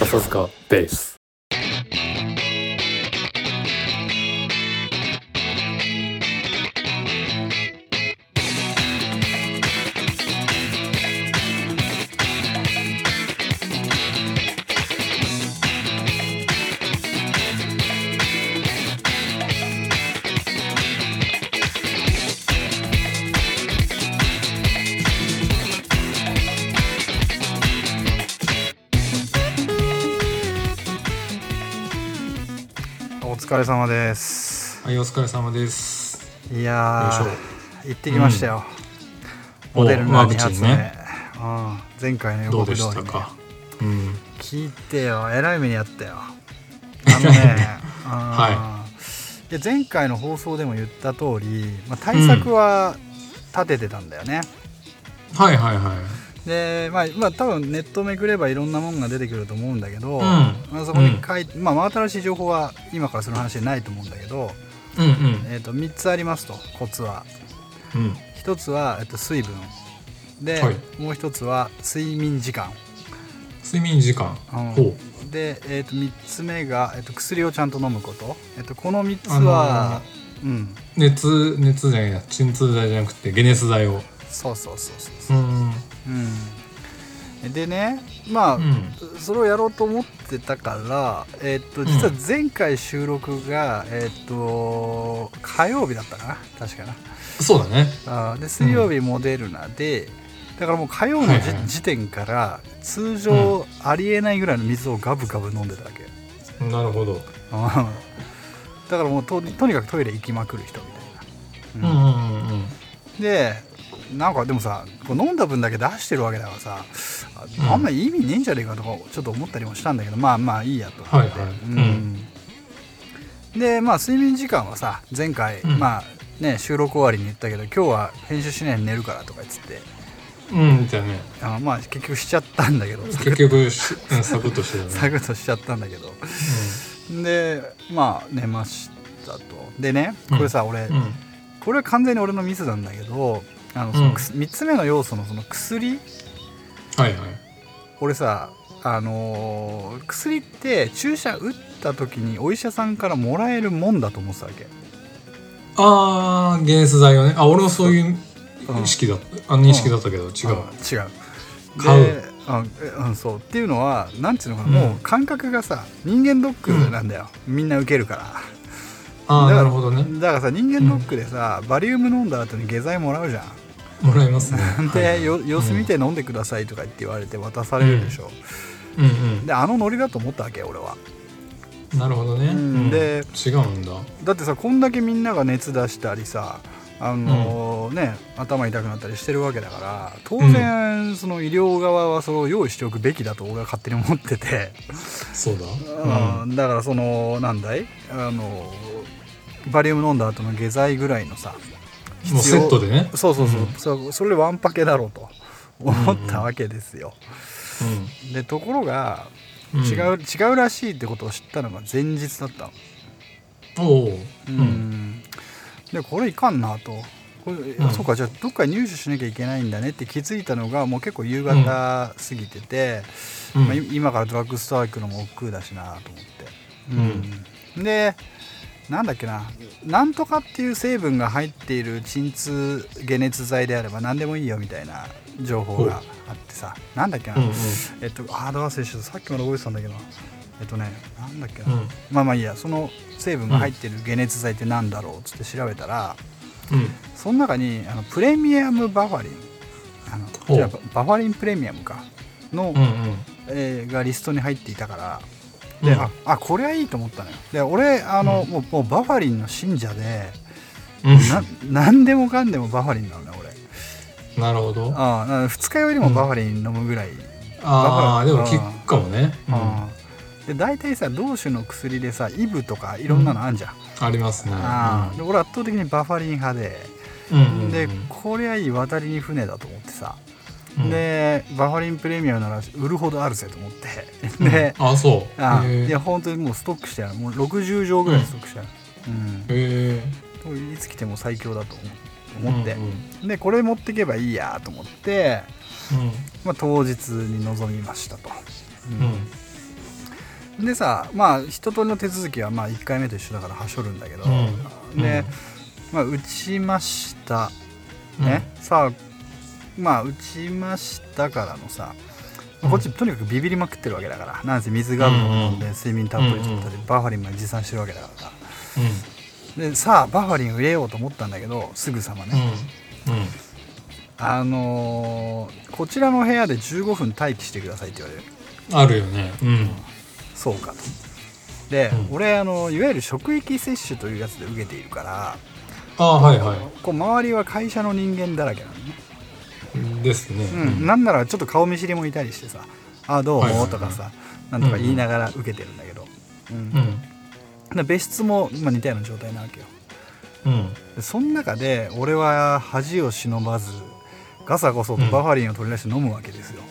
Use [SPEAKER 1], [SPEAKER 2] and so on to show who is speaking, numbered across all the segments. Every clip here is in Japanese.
[SPEAKER 1] 笹塚ベース
[SPEAKER 2] お疲れ様です
[SPEAKER 3] はい、お疲れ様です。
[SPEAKER 2] いや
[SPEAKER 3] よいし
[SPEAKER 2] ー行ってきましたよ、モデル
[SPEAKER 3] お
[SPEAKER 2] ナ
[SPEAKER 3] ワク
[SPEAKER 2] 2
[SPEAKER 3] チン
[SPEAKER 2] 発目、
[SPEAKER 3] ね
[SPEAKER 2] うん前回の予
[SPEAKER 3] どう
[SPEAKER 2] 告
[SPEAKER 3] で
[SPEAKER 2] 通り
[SPEAKER 3] し
[SPEAKER 2] ね
[SPEAKER 3] たか。うん。
[SPEAKER 2] 聞いてよえらい目にあ ったよあのね
[SPEAKER 3] は
[SPEAKER 2] うんで前回の放送でも言った通り、まあ、対策は立ててたんだよね、
[SPEAKER 3] はいはいはい。
[SPEAKER 2] でまあ、まあ多分ネットめくればいろんなものが出てくると思うんだけど、
[SPEAKER 3] ん
[SPEAKER 2] まあ、そこに書いて、まあ、真新しい情報は今からする話じゃないと思うんだけど、
[SPEAKER 3] うん
[SPEAKER 2] えー、と3つありますとコツは
[SPEAKER 3] うん。うん。
[SPEAKER 2] 1つは、えっと、水分で、
[SPEAKER 3] はい
[SPEAKER 2] もう1つは睡眠時間
[SPEAKER 3] 睡眠時間。
[SPEAKER 2] うん
[SPEAKER 3] ほう。
[SPEAKER 2] で、えー、と3つ目が、えっと、薬をちゃんと飲むこと、えっと、この3つ
[SPEAKER 3] あ
[SPEAKER 2] は、うん
[SPEAKER 3] 熱、熱じゃないや、鎮痛剤じゃなくて、解熱剤を。
[SPEAKER 2] そうそうそうそう
[SPEAKER 3] う
[SPEAKER 2] そ
[SPEAKER 3] ん。
[SPEAKER 2] う、うん、でねまあ、
[SPEAKER 3] うん。
[SPEAKER 2] それをやろうと思ってたから、えっと実は前回収録が、えっと火曜日だったかな確かな
[SPEAKER 3] そうだね。
[SPEAKER 2] あーで水曜日モデルナで、だからもう火曜のじ、
[SPEAKER 3] はいはい
[SPEAKER 2] 時点から通常ありえないぐらいの水をガブガブ飲んでたわけ、
[SPEAKER 3] なるほど。
[SPEAKER 2] うんだからもうととにかくトイレ行きまくる人みた
[SPEAKER 3] う
[SPEAKER 2] い
[SPEAKER 3] んう
[SPEAKER 2] な、
[SPEAKER 3] んうんうん。
[SPEAKER 2] でなんかでもさこう飲んだ分だけ出してるわけだからさ
[SPEAKER 3] うん
[SPEAKER 2] ああんまり意味ねえんじゃねえかとかちょっと思ったりもしたんだけどまあまあいいやと思
[SPEAKER 3] はい
[SPEAKER 2] って、
[SPEAKER 3] はい
[SPEAKER 2] うんでまあ睡眠時間はさ前回、
[SPEAKER 3] うん
[SPEAKER 2] まあね収録終わりに言ったけど今日は編集しないで寝るからとか言って
[SPEAKER 3] うん、じゃあね。
[SPEAKER 2] あまあ結局しちゃったんだけど
[SPEAKER 3] 結局、しうんサクッとしてた
[SPEAKER 2] サ
[SPEAKER 3] ね。
[SPEAKER 2] クッとしちゃったんだけどでまあ寝ましたとでねこれさ、俺、
[SPEAKER 3] うん。うん。
[SPEAKER 2] これは完全に俺のミスなんだけどあの、
[SPEAKER 3] ん
[SPEAKER 2] そのくす3つ目の要素のその薬
[SPEAKER 3] はいはい。
[SPEAKER 2] 俺さあのー薬って注射打った時にお医者さんからもらえるもんだと思ってたわけ
[SPEAKER 3] あー、解熱剤をね。あ、俺もそういう意識だった。あ認識だったけど、違う。
[SPEAKER 2] あ違う
[SPEAKER 3] 買う
[SPEAKER 2] であえうんそうっていうのはなんていうのかな、
[SPEAKER 3] うん
[SPEAKER 2] もう感覚がさ人間ドックなんだよ、みんな受けるから
[SPEAKER 3] あ
[SPEAKER 2] だ
[SPEAKER 3] ー、
[SPEAKER 2] から
[SPEAKER 3] なるほどね。
[SPEAKER 2] だからさ人間ドックでさ、バリウム飲んだ後に下剤もらうじゃん
[SPEAKER 3] もらいますね。
[SPEAKER 2] で、
[SPEAKER 3] はいはい
[SPEAKER 2] よ様子見て飲んでくださいとか言って言われて渡されるでしょ、
[SPEAKER 3] うんうん。
[SPEAKER 2] であのノリだと思ったわけ俺は
[SPEAKER 3] なるほどね、
[SPEAKER 2] んで
[SPEAKER 3] 違うんだ
[SPEAKER 2] だってさこんだけみんなが熱出したりさあのーね頭痛くなったりしてるわけだから当然、その医療側はそれを用意しておくべきだと俺は勝手に思ってて、
[SPEAKER 3] そうだ
[SPEAKER 2] うんだからそのなんだいあのーバリウム飲んだ後の下剤ぐらいのさ
[SPEAKER 3] うん、もうセットでね
[SPEAKER 2] そうそうそう、そそれでワンパケだろうと思ったわけですよ、でところが
[SPEAKER 3] うん、
[SPEAKER 2] 違う、違うらしいってことを知ったのが前日だった
[SPEAKER 3] う
[SPEAKER 2] の
[SPEAKER 3] ん、おお
[SPEAKER 2] う、
[SPEAKER 3] うんん
[SPEAKER 2] でこれいかんなとこれ、
[SPEAKER 3] ん
[SPEAKER 2] そうかじゃあどっかに入手しなきゃいけないんだねって気づいたのがもう結構夕方過ぎてて、
[SPEAKER 3] うん
[SPEAKER 2] まあ、い今からドラッグストア行くのも億劫だしなと思って、うんでなんだっけななんとかっていう成分が入っている鎮痛解熱剤であれば何でもいいよみたいな情報があってさなんだっけな、
[SPEAKER 3] うんうん
[SPEAKER 2] えっとあードア選手さっきまで覚えてたんだけどなえっとねなんだっけな、
[SPEAKER 3] うん
[SPEAKER 2] まあまあいいやその成分が入ってる解熱剤ってなんだろうっつって調べたら
[SPEAKER 3] うん
[SPEAKER 2] その中にあのプレミアムバファリンあの
[SPEAKER 3] ほう
[SPEAKER 2] じゃあバファリンプレミアムか
[SPEAKER 3] う
[SPEAKER 2] の、
[SPEAKER 3] んうん
[SPEAKER 2] えーがリストに入っていたからで、
[SPEAKER 3] うん
[SPEAKER 2] ああこれはいいと思ったのよで俺あの、もうもうバファリンの信者で
[SPEAKER 3] うん
[SPEAKER 2] な何でもかんでもバファリンなのね俺
[SPEAKER 3] なるほどあ
[SPEAKER 2] ああ2日酔いでもバファリン飲むぐらい、
[SPEAKER 3] あーで
[SPEAKER 2] だか
[SPEAKER 3] も
[SPEAKER 2] ら
[SPEAKER 3] 効くかもね、うん、あ
[SPEAKER 2] で大体さ同種の薬でさイブとかいろんなのあんじゃん、
[SPEAKER 3] りますね
[SPEAKER 2] あーで俺圧倒的にバファリン派で、
[SPEAKER 3] うんうんうん
[SPEAKER 2] でこれはいい渡りに船だと思ってさ、
[SPEAKER 3] うん
[SPEAKER 2] でバファリンプレミアムなら売るほどあるぜと思ってで、
[SPEAKER 3] あそう
[SPEAKER 2] あー
[SPEAKER 3] へ
[SPEAKER 2] い
[SPEAKER 3] え
[SPEAKER 2] や本当にもうストックしてあるもう60錠ぐらいストックしてある、
[SPEAKER 3] へえ
[SPEAKER 2] うんいつ来ても最強だと思思って、
[SPEAKER 3] うん
[SPEAKER 2] でこれ持ってけばいいやと思って、
[SPEAKER 3] うん
[SPEAKER 2] まあ、当日に臨みましたと、
[SPEAKER 3] うん
[SPEAKER 2] でさまあ一通りの手続きはまあ1回目と一緒だからはしょるんだけど、
[SPEAKER 3] うん
[SPEAKER 2] で、まあ、打ちましたね、さあまあ打ちましたからのさ、
[SPEAKER 3] うん
[SPEAKER 2] こっちとにかくビビりまくってるわけだからなんせ水があるの飲んで
[SPEAKER 3] うんうん
[SPEAKER 2] 睡眠たっぷりとって
[SPEAKER 3] うんう
[SPEAKER 2] バファリンまで持参してるわけだからさ
[SPEAKER 3] うん
[SPEAKER 2] でさあバファリンを入れようと思ったんだけどすぐさまね、
[SPEAKER 3] うんうん
[SPEAKER 2] あのーこちらの部屋で15分待機してくださいって言われる
[SPEAKER 3] あるよねうん
[SPEAKER 2] そうかとで、
[SPEAKER 3] うん
[SPEAKER 2] 俺あのいわゆる職域接種というやつで受けているから
[SPEAKER 3] ああはいは
[SPEAKER 2] こう周りは会社の人間だらけなのね、
[SPEAKER 3] いですね
[SPEAKER 2] うんなんならちょっと顔見知りもいたりしてさ「あどう
[SPEAKER 3] はいはいは
[SPEAKER 2] も」
[SPEAKER 3] い
[SPEAKER 2] とかさ、なんとか言いながら受けてるんだけど、うん
[SPEAKER 3] うん
[SPEAKER 2] で別室も、まあ、似たような状態なわけよ
[SPEAKER 3] うん
[SPEAKER 2] でその中で俺は恥を忍ばずガサゴソとバファリンを取り出して飲むわけですよ、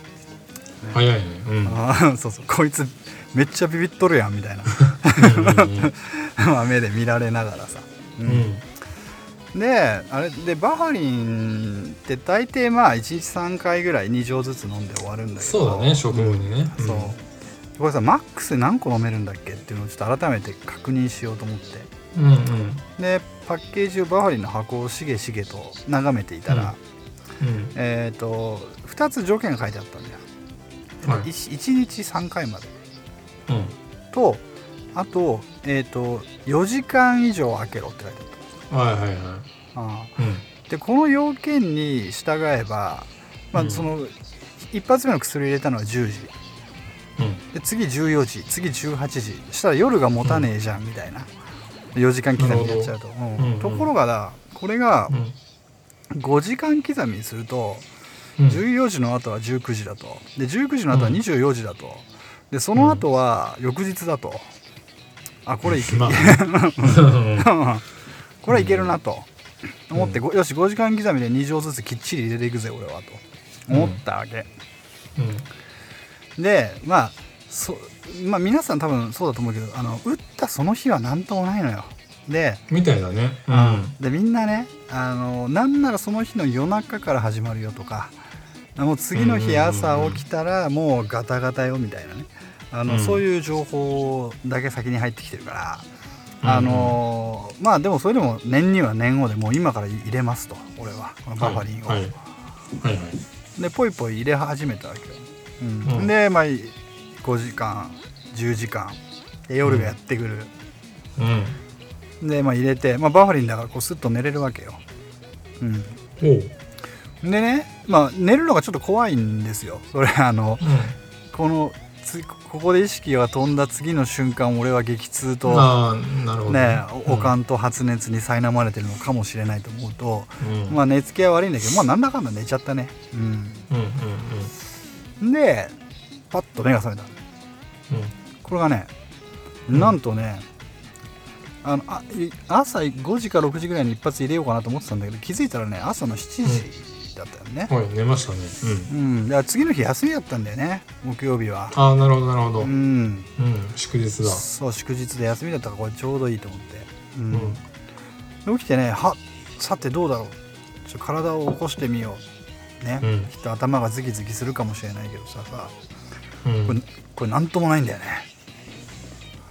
[SPEAKER 3] 早いねうん
[SPEAKER 2] あーそうそうこいつめっちゃビビっとるやんみたいな まあ目で見られながらさ、う
[SPEAKER 3] うんんうん
[SPEAKER 2] であれでバファリンって大抵まあ1日3回ぐらい2錠ずつ飲んで終わるんだけど
[SPEAKER 3] そうだね食後にね
[SPEAKER 2] うんそうこれさマックスで何個飲めるんだっけっていうのをちょっと改めて確認しようと思って
[SPEAKER 3] うんうんうん
[SPEAKER 2] でパッケージをバファリンの箱をしげしげと眺めていたら、
[SPEAKER 3] うん
[SPEAKER 2] えっ、と2つ条件が書いてあったんだよ、
[SPEAKER 3] はい
[SPEAKER 2] 1, 日3回まで
[SPEAKER 3] うん
[SPEAKER 2] とあと,、えー、と4時間以上空けろって書いてあった
[SPEAKER 3] はいはいは
[SPEAKER 2] あ
[SPEAKER 3] いうん
[SPEAKER 2] ーでこの要件に従えば、ま
[SPEAKER 3] う
[SPEAKER 2] あ、
[SPEAKER 3] ん
[SPEAKER 2] その、一発目の薬入れたのは10時
[SPEAKER 3] うん
[SPEAKER 2] で次14時次18時したら夜が持たねえじゃんみたいな、4時間刻みにやっちゃうと、うん
[SPEAKER 3] うんうん
[SPEAKER 2] ところがだこれが
[SPEAKER 3] うん
[SPEAKER 2] 5時間刻みにすると
[SPEAKER 3] うん
[SPEAKER 2] 14時の後は19時だとで19時の後は24時だとでその後は翌日だとあこれいけ
[SPEAKER 3] まあ ね
[SPEAKER 2] これはいけるなと思って、ごよし5時間刻みで2錠ずつきっちり入れていくぜ俺はと思ったわけ、
[SPEAKER 3] うん
[SPEAKER 2] でまあそまあ皆さん多分そうだと思うけどあの打ったその日は何ともないのよで,、
[SPEAKER 3] みたいだねうん
[SPEAKER 2] でみんなねあのなんならその日の夜中から始まるよとかもう次の日朝起きたらもうガタガタよみたいなねあの、
[SPEAKER 3] うん
[SPEAKER 2] そういう情報だけ先に入ってきてるから。
[SPEAKER 3] うん
[SPEAKER 2] あのーまあでもそれでも念には念をでもう今から入れますと俺はこのバファリンを、
[SPEAKER 3] はいはいはいはい
[SPEAKER 2] でポイポイ入れ始めたわけよ、うん
[SPEAKER 3] うん
[SPEAKER 2] でまあ5時間10時間で夜がやってくる、
[SPEAKER 3] うん
[SPEAKER 2] でまあ入れて、まあ、バファリンだからこうスッと寝れるわけよ、う、
[SPEAKER 3] おうん
[SPEAKER 2] でね、まあ、寝るのがちょっと怖いんですよそれあの
[SPEAKER 3] う
[SPEAKER 2] このつここで意識が飛んだ次の瞬間俺は激痛
[SPEAKER 3] ん
[SPEAKER 2] と、
[SPEAKER 3] ああなるほど
[SPEAKER 2] ね、おおか
[SPEAKER 3] ん
[SPEAKER 2] んと発熱に苛まれてるのかもしれないと思うと、
[SPEAKER 3] うん
[SPEAKER 2] まあ寝つきは悪いんだけどまあなんだかんだ寝ちゃったね、
[SPEAKER 3] うんうん
[SPEAKER 2] うん、でパッと目が覚めた
[SPEAKER 3] うん
[SPEAKER 2] これがね、
[SPEAKER 3] うん
[SPEAKER 2] なんとねあのあい朝5時か6時ぐらいに一発入れようかなと思ってたんだけど気づいたらね朝の7時だったよね、
[SPEAKER 3] うんはい寝ましたねうん
[SPEAKER 2] うんだから次の日休みだったんだよね木曜日は
[SPEAKER 3] ああなるほどなるほど
[SPEAKER 2] う
[SPEAKER 3] うん
[SPEAKER 2] ん
[SPEAKER 3] 祝日だ
[SPEAKER 2] そう祝日で休みだったからこれちょうどいいと思って、う
[SPEAKER 3] うんんうん
[SPEAKER 2] で起きてねはさてどうだろうちょっと体を起こしてみようね、
[SPEAKER 3] うん
[SPEAKER 2] きっと頭がズキズキするかもしれないけどささこ
[SPEAKER 3] う
[SPEAKER 2] れ
[SPEAKER 3] ん
[SPEAKER 2] これなんともないんだよね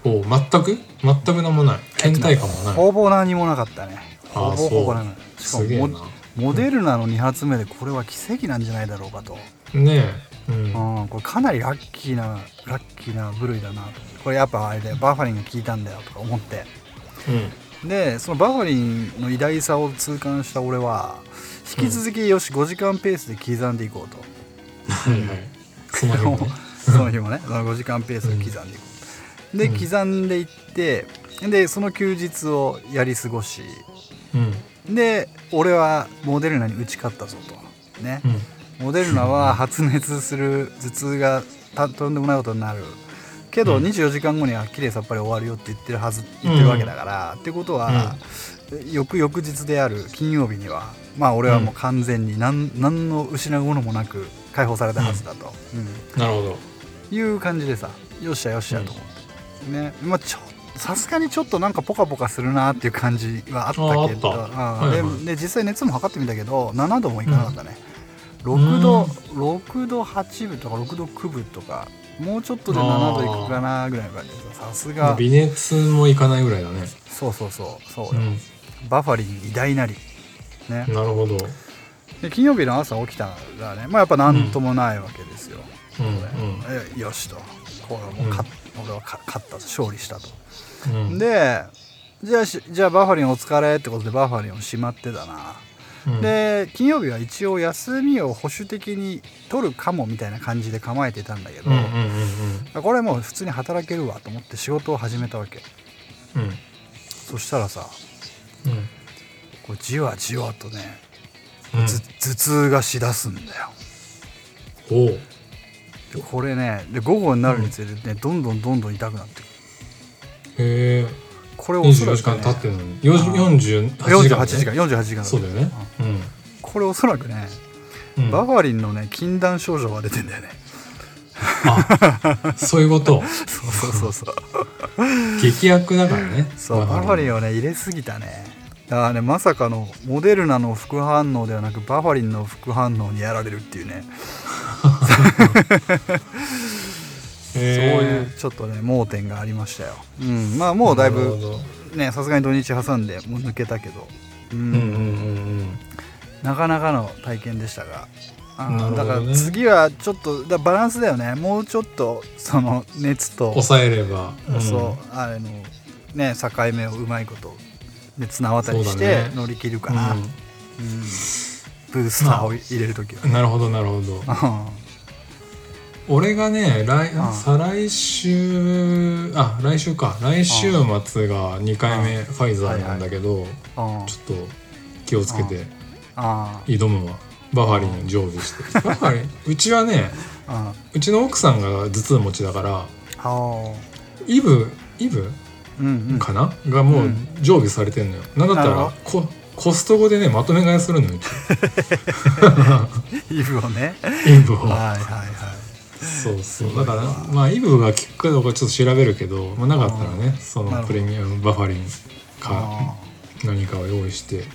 [SPEAKER 3] お全く全く何もない倦怠感もない
[SPEAKER 2] ほぼ何もなかったねほ
[SPEAKER 3] あ
[SPEAKER 2] ぼ
[SPEAKER 3] ー
[SPEAKER 2] ほぼ
[SPEAKER 3] そう
[SPEAKER 2] 何もないしか
[SPEAKER 3] すげえ
[SPEAKER 2] も
[SPEAKER 3] な
[SPEAKER 2] モデルナの2発目でこれは奇跡なんじゃないだろうかと、
[SPEAKER 3] ねえうん
[SPEAKER 2] うん、これかなりラッキーなラッキーな部類だなとこれやっぱあれでバファリンが効いたんだよとか思って
[SPEAKER 3] うん
[SPEAKER 2] でそのバファリンの偉大さを痛感した俺は引き続きよし5時間ペースで刻んでいこうと、
[SPEAKER 3] はいはいその辺もね
[SPEAKER 2] その日もねその5時間ペースで刻んでいこう、で
[SPEAKER 3] うん
[SPEAKER 2] 刻んでいってでその休日をやり過ごし
[SPEAKER 3] うん
[SPEAKER 2] で俺はモデルナに打ち勝ったぞとね、
[SPEAKER 3] うん
[SPEAKER 2] モデルナは発熱する頭痛がたとんでもないことになるけど
[SPEAKER 3] うん
[SPEAKER 2] 24時間後にはきれいさっぱり終わるよって言ってるはず言ってるわけだから、ってことは、翌々日である金曜日にはまあ俺はもう完全に何,、ん、何の失うものもなく解放されたはずだと、
[SPEAKER 3] なるほど
[SPEAKER 2] うんいう感じでさよっしゃよっしゃと思って、ねまあちょさすがにちょっとなんかポカポカするなっていう感じはあったけど
[SPEAKER 3] ああった
[SPEAKER 2] うん
[SPEAKER 3] はい
[SPEAKER 2] で
[SPEAKER 3] はい
[SPEAKER 2] で実際熱も測ってみたけど7度もいかなかったね、6度
[SPEAKER 3] うん
[SPEAKER 2] 6度8分とか6度9分とかもうちょっとで7度いくかなぐらいの感じでさすが
[SPEAKER 3] 微熱もいかないぐらいだね。
[SPEAKER 2] そうそうそうそう
[SPEAKER 3] う
[SPEAKER 2] よ、
[SPEAKER 3] ん。
[SPEAKER 2] バファリン偉大なりね
[SPEAKER 3] なるほど。
[SPEAKER 2] で金曜日の朝起きたらねまあやっぱ何ともないわけですよ、
[SPEAKER 3] うん
[SPEAKER 2] これえよしとこれはもう勝っ、俺はか勝ったと勝利したと、
[SPEAKER 3] うん。うん、
[SPEAKER 2] でじゃあしじゃあバファリンお疲れってことでバファリンをしまってたな、
[SPEAKER 3] うん、
[SPEAKER 2] で金曜日は一応休みを保守的に取るかもみたいな感じで構えてたんだけど、
[SPEAKER 3] うんうんうん
[SPEAKER 2] あこれもう普通に働けるわと思って仕事を始めたわけ
[SPEAKER 3] うんうん
[SPEAKER 2] そしたらさ
[SPEAKER 3] うん
[SPEAKER 2] こうじわじわとね、
[SPEAKER 3] うん
[SPEAKER 2] ず頭痛がしだすんだよ
[SPEAKER 3] おう
[SPEAKER 2] でこれねで午後になるにつれてね、どんどんどんどん痛くなってくる
[SPEAKER 3] へえ
[SPEAKER 2] これおそら
[SPEAKER 3] 24時
[SPEAKER 2] く、
[SPEAKER 3] 間
[SPEAKER 2] ね、
[SPEAKER 3] 経ってるのによじ48
[SPEAKER 2] 48
[SPEAKER 3] 時
[SPEAKER 2] 時
[SPEAKER 3] 間
[SPEAKER 2] 間
[SPEAKER 3] ね
[SPEAKER 2] 48時間
[SPEAKER 3] そうだよね
[SPEAKER 2] これおそらくね、
[SPEAKER 3] うん、うん、
[SPEAKER 2] バファリンのね禁断症状が出てんだよ ね
[SPEAKER 3] あそういうこと
[SPEAKER 2] そうそうそうそう
[SPEAKER 3] 劇薬だからね
[SPEAKER 2] そうバファリンをね入れすぎたねだからねまさかのモデルナの副反応ではなくバファリンの副反応にやられるっていうね、
[SPEAKER 3] そう
[SPEAKER 2] そういうちょっとね盲点がありましたよ、うん、まあもうだいぶねさすがに土日挟んでもう抜けたけど、うん
[SPEAKER 3] うんうんうん
[SPEAKER 2] なかなかの体験でしたが
[SPEAKER 3] な
[SPEAKER 2] あ
[SPEAKER 3] る
[SPEAKER 2] の
[SPEAKER 3] ほ
[SPEAKER 2] だ
[SPEAKER 3] どね
[SPEAKER 2] から次はちょっとだからバランスだよねもうちょっとその熱と
[SPEAKER 3] 抑えれば、ん
[SPEAKER 2] そうあれのね境目をうまいこと熱縄渡りし
[SPEAKER 3] そうだ
[SPEAKER 2] て
[SPEAKER 3] ね
[SPEAKER 2] 乗り切るか
[SPEAKER 3] う
[SPEAKER 2] な、
[SPEAKER 3] ん
[SPEAKER 2] うんブースターを入れるときはね、
[SPEAKER 3] なるほどなるほど俺がね来
[SPEAKER 2] うん
[SPEAKER 3] 再来週あ来週か来週末が2回目ファイザーなんだけど、
[SPEAKER 2] うんうん
[SPEAKER 3] ちょっと気をつけて
[SPEAKER 2] あ
[SPEAKER 3] 挑むわバファリンを常備 してバファリンうちはね
[SPEAKER 2] あうんあ
[SPEAKER 3] うちの奥さんが頭痛持ちだから
[SPEAKER 2] あ
[SPEAKER 3] イブイブ
[SPEAKER 2] うんうん
[SPEAKER 3] かな、がもう
[SPEAKER 2] う
[SPEAKER 3] ん常備されてんのよなんだった
[SPEAKER 2] なる
[SPEAKER 3] らココストコでねまとめ買いするのようち
[SPEAKER 2] イブをね
[SPEAKER 3] イブを
[SPEAKER 2] はいはいはい
[SPEAKER 3] そうそうだからまあイブが効くかどうかちょっと調べるけど、まあ、なかったらねその
[SPEAKER 2] なるほ
[SPEAKER 3] プ
[SPEAKER 2] ど
[SPEAKER 3] レミアムバファリンか
[SPEAKER 2] あ
[SPEAKER 3] 何かを用意して
[SPEAKER 2] あ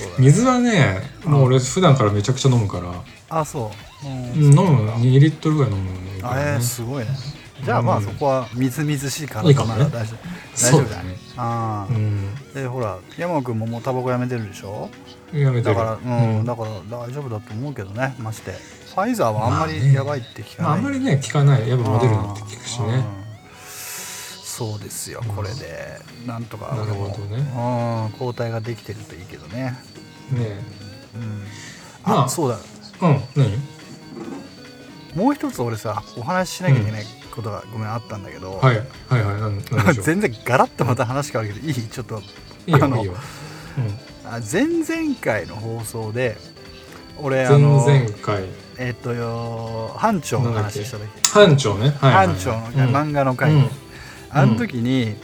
[SPEAKER 2] そうだね
[SPEAKER 3] 水はねもう俺普段からめちゃくちゃ飲むから
[SPEAKER 2] あそう、うん
[SPEAKER 3] うん飲む2リットルぐらい飲むのよだか
[SPEAKER 2] あ
[SPEAKER 3] ら
[SPEAKER 2] え
[SPEAKER 3] ね
[SPEAKER 2] ーすごいねじゃあまあ
[SPEAKER 3] うん
[SPEAKER 2] そこはみずみずしい体
[SPEAKER 3] いいかもね
[SPEAKER 2] なら大丈夫大丈
[SPEAKER 3] そう
[SPEAKER 2] 夫
[SPEAKER 3] だ
[SPEAKER 2] だ
[SPEAKER 3] ね
[SPEAKER 2] ねあ
[SPEAKER 3] う
[SPEAKER 2] あ
[SPEAKER 3] ん
[SPEAKER 2] でほら山野君ももうタバコやめてるでしょ
[SPEAKER 3] やめて
[SPEAKER 2] だ
[SPEAKER 3] る
[SPEAKER 2] からうん、
[SPEAKER 3] うん
[SPEAKER 2] だから大丈夫だと思うけどねましてファイザーはあんま
[SPEAKER 3] まあね
[SPEAKER 2] りやばいって聞か
[SPEAKER 3] まあ、
[SPEAKER 2] ない、
[SPEAKER 3] あんまりね聞かないやっぱモデルナって聞くし
[SPEAKER 2] あー
[SPEAKER 3] ね
[SPEAKER 2] そうですよこれでなんとか
[SPEAKER 3] なるほどね
[SPEAKER 2] ねうん抗体ができてるといいけどね
[SPEAKER 3] ね
[SPEAKER 2] うんあ、
[SPEAKER 3] まあ
[SPEAKER 2] そうだ
[SPEAKER 3] うん何
[SPEAKER 2] もう一つ俺さお話ししなきゃいけないことがごめんあったんだけど、
[SPEAKER 3] はいはいはいなんなん でしょう
[SPEAKER 2] 全然ガラッとまた話変わるけどいいちょっと
[SPEAKER 3] いいよ
[SPEAKER 2] あの
[SPEAKER 3] いいよ、
[SPEAKER 2] あ前々回の放送で俺あ
[SPEAKER 3] うん、
[SPEAKER 2] の
[SPEAKER 3] 前々回
[SPEAKER 2] えっとよ班長の話した時、
[SPEAKER 3] 班長ね、はいはいはい、
[SPEAKER 2] 班長の
[SPEAKER 3] うん
[SPEAKER 2] 漫画の回、
[SPEAKER 3] うん
[SPEAKER 2] あの時に、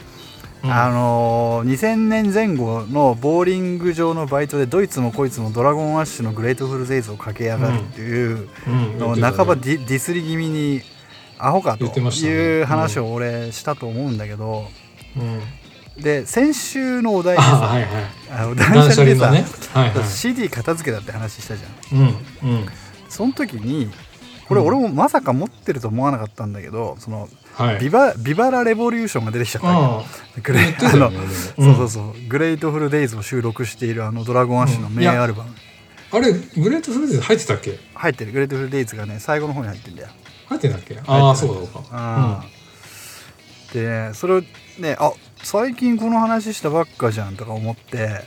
[SPEAKER 3] うん
[SPEAKER 2] あのー2000年前後のボーリング場のバイトでどいつもこいつもドラゴンアッシュのグレートフルデイズを駆け上がるっていう
[SPEAKER 3] うん
[SPEAKER 2] のを
[SPEAKER 3] 言ってたね
[SPEAKER 2] 半ばディディスり気味にアホかと
[SPEAKER 3] 言ってましたね
[SPEAKER 2] いう話を俺したと思うんだけど、
[SPEAKER 3] うん
[SPEAKER 2] で先週のお題
[SPEAKER 3] あ
[SPEAKER 2] でさ
[SPEAKER 3] はいはい
[SPEAKER 2] あの
[SPEAKER 3] 断
[SPEAKER 2] 断捨
[SPEAKER 3] 捨離
[SPEAKER 2] 離でさ、
[SPEAKER 3] のねはいはい
[SPEAKER 2] CD 片付けたって話したじゃん
[SPEAKER 3] うんうん
[SPEAKER 2] その時にこれ
[SPEAKER 3] うん
[SPEAKER 2] 俺もまさか持ってると思わなかったんだけどその
[SPEAKER 3] はい
[SPEAKER 2] ビバビバラレボリューションが出てきちゃったわ
[SPEAKER 3] あ
[SPEAKER 2] けグレ
[SPEAKER 3] 言ってた
[SPEAKER 2] あの
[SPEAKER 3] よねで
[SPEAKER 2] そ
[SPEAKER 3] も
[SPEAKER 2] うそうそう「グレートフルデイズを収録しているあのドラゴンアッシュの名アルバム、
[SPEAKER 3] あれグレートフルーツ入ってたっけ
[SPEAKER 2] 入ってる「グレートフルデイズがね最後の方に入ってんだよ
[SPEAKER 3] 入ってたっけああ
[SPEAKER 2] 入って
[SPEAKER 3] そ
[SPEAKER 2] な
[SPEAKER 3] うだそう
[SPEAKER 2] あ
[SPEAKER 3] か
[SPEAKER 2] ーでねそれをねあ最近この話したばっかじゃんとか思って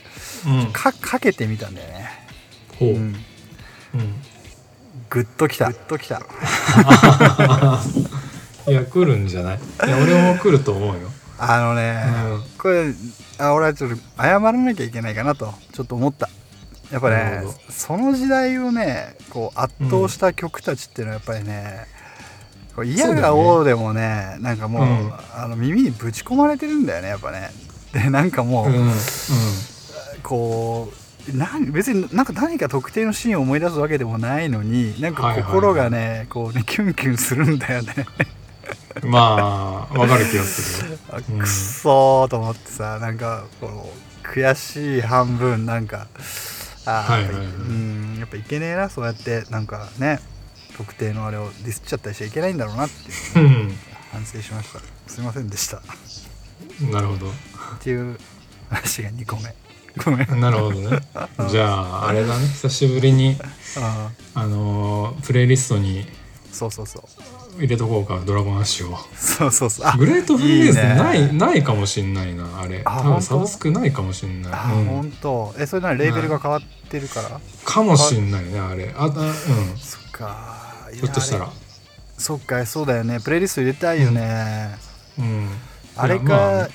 [SPEAKER 3] うんうん
[SPEAKER 2] かかけてみたんだよね、
[SPEAKER 3] ほう、
[SPEAKER 2] う
[SPEAKER 3] うん
[SPEAKER 2] ん、グッときたグッときた
[SPEAKER 3] いや来るんじ ゃないいや俺も来ると思うよ
[SPEAKER 2] あのね、
[SPEAKER 3] うん
[SPEAKER 2] これあ俺はちょっと謝らなきゃいけないかなとちょっと思ったやっぱ
[SPEAKER 3] な
[SPEAKER 2] ね
[SPEAKER 3] るほ
[SPEAKER 2] その時代をねこう圧倒した曲たちっていうのはやっぱりね、こう嫌がおうでもねなんかもう、
[SPEAKER 3] うん
[SPEAKER 2] あの耳にぶち込まれてるんだよねやっぱねでなんかもう、
[SPEAKER 3] うんうん
[SPEAKER 2] こうなん別になんか何か特定のシーンを思い出すわけでもないのになん
[SPEAKER 3] は
[SPEAKER 2] か
[SPEAKER 3] いはいはい
[SPEAKER 2] 心がね、こうねキュンキュンするんだよね
[SPEAKER 3] まあわかる気がするよ
[SPEAKER 2] あ
[SPEAKER 3] うん
[SPEAKER 2] くっそーと思ってさなんかこの悔しい半分なんかあー
[SPEAKER 3] はい
[SPEAKER 2] や
[SPEAKER 3] はい
[SPEAKER 2] っぱ
[SPEAKER 3] はい
[SPEAKER 2] うんやっぱいけねえなそうやってなんかね特定のあれをディスっちゃったりしちゃいけないんだろうなっていう
[SPEAKER 3] うん
[SPEAKER 2] 反省しましたすいません でしたっ
[SPEAKER 3] なるほど
[SPEAKER 2] ていう話が2個目ごめん
[SPEAKER 3] なるほどねじゃああれだね久しぶりに
[SPEAKER 2] あ
[SPEAKER 3] あのープレイリストに
[SPEAKER 2] ーそうそうそう
[SPEAKER 3] 入れとこうかドラゴンアッシュを
[SPEAKER 2] そうそうそうあ
[SPEAKER 3] グレートフリーズ
[SPEAKER 2] いいね
[SPEAKER 3] ないないかもしんないなあれ
[SPEAKER 2] あ
[SPEAKER 3] 多
[SPEAKER 2] 本当
[SPEAKER 3] 分サブスクないかもしんない
[SPEAKER 2] あ、
[SPEAKER 3] うん
[SPEAKER 2] 本当えそれならレーベルが変わってるから、
[SPEAKER 3] かもしんないねあれああうん
[SPEAKER 2] そっかいや
[SPEAKER 3] ひょっとした
[SPEAKER 2] あ
[SPEAKER 3] ら
[SPEAKER 2] れそっかそうだよねプレイリスト入れたいよね、
[SPEAKER 3] うん
[SPEAKER 2] あれか、
[SPEAKER 3] いやまあ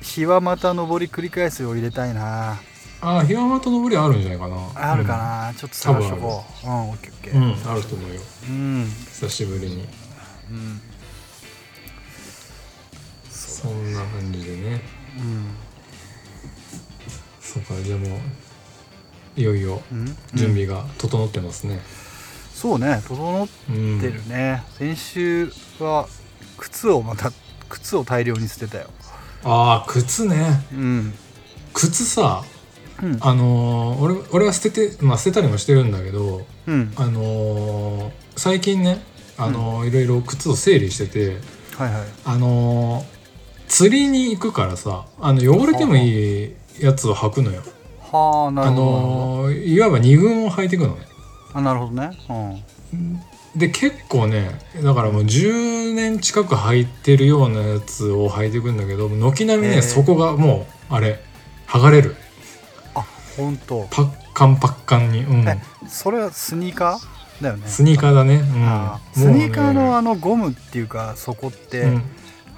[SPEAKER 2] 日はまた上り繰り返すよう入れたいな
[SPEAKER 3] あ日はまた登りあるんじゃないかな
[SPEAKER 2] あるかな、ちょっと探しとこううんオッケーオッケ
[SPEAKER 3] うん、
[SPEAKER 2] ー
[SPEAKER 3] うんあると思うよ
[SPEAKER 2] うん、
[SPEAKER 3] 久しぶりに
[SPEAKER 2] うん
[SPEAKER 3] そんな感じでねそうかじゃあもういよいよ
[SPEAKER 2] うんうん
[SPEAKER 3] 準備が整ってますね
[SPEAKER 2] そうね整っ
[SPEAKER 3] うん
[SPEAKER 2] てるね、先週は靴をまた靴を大量に捨てたよ
[SPEAKER 3] ああ靴ね
[SPEAKER 2] うん
[SPEAKER 3] 靴さ
[SPEAKER 2] うん
[SPEAKER 3] あのー俺俺は捨てて、まあ、捨てたりもしてるんだけど
[SPEAKER 2] うん
[SPEAKER 3] あのー最近ね、あのーいろいろ靴を整理してて、
[SPEAKER 2] はいはい
[SPEAKER 3] あのー釣りに行くからさあの汚れてもいいやつを履くのよ、
[SPEAKER 2] はあ
[SPEAKER 3] あ
[SPEAKER 2] なるほど
[SPEAKER 3] のーいわば二軍を履いていくのね
[SPEAKER 2] あなるほどねうん
[SPEAKER 3] で結構ねだからもう10年近く履いてるようなやつを履いていくんだけど軒並みね、
[SPEAKER 2] えー
[SPEAKER 3] そこがもうあれ剥がれる
[SPEAKER 2] あ本当。
[SPEAKER 3] パッカンパッカンに、うん、
[SPEAKER 2] えそれはスニーカーだよね
[SPEAKER 3] スニーカーだね、うん
[SPEAKER 2] あー
[SPEAKER 3] も
[SPEAKER 2] ス
[SPEAKER 3] うね
[SPEAKER 2] ニーカーのあのゴムっていうか底って、
[SPEAKER 3] うん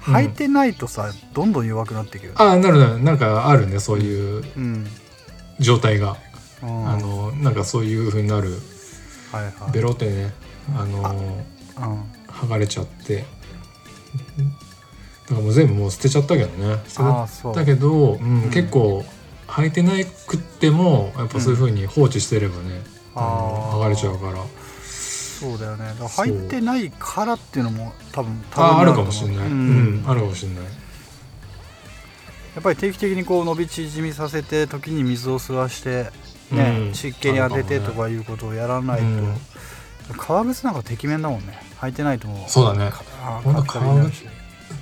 [SPEAKER 2] 履いてないとさどんどん弱くなっていくよね
[SPEAKER 3] ああなるなるなんかあるねそういう
[SPEAKER 2] うん、
[SPEAKER 3] 状態が、
[SPEAKER 2] うん、
[SPEAKER 3] あのなんかそういう風になる
[SPEAKER 2] はいはい
[SPEAKER 3] ベロってねあの
[SPEAKER 2] うん
[SPEAKER 3] 剥がれちゃってだからもう全部もう捨てちゃったけどね捨
[SPEAKER 2] ああ
[SPEAKER 3] て
[SPEAKER 2] そう
[SPEAKER 3] たけど、うん
[SPEAKER 2] うん
[SPEAKER 3] 結構履いてないくってもやっぱそういう風に放置してればね、
[SPEAKER 2] あ
[SPEAKER 3] あ
[SPEAKER 2] ー
[SPEAKER 3] の剥がれちゃうから
[SPEAKER 2] そうだよねだから
[SPEAKER 3] そう
[SPEAKER 2] 履いてないからっていうのも多分多分
[SPEAKER 3] ああ
[SPEAKER 2] る
[SPEAKER 3] る
[SPEAKER 2] と
[SPEAKER 3] か
[SPEAKER 2] 思
[SPEAKER 3] もし
[SPEAKER 2] う
[SPEAKER 3] れない、
[SPEAKER 2] う
[SPEAKER 3] うんんあるかもしれない
[SPEAKER 2] やっぱり定期的にこう伸び縮みさせて時に水を吸わして、ね
[SPEAKER 3] うん
[SPEAKER 2] 湿気に当ててとかいうことをやらないと、
[SPEAKER 3] うん
[SPEAKER 2] 革靴なんかてきめんだもんね履いてないともう
[SPEAKER 3] そうだね
[SPEAKER 2] あ
[SPEAKER 3] ほんと
[SPEAKER 2] カピカピになるし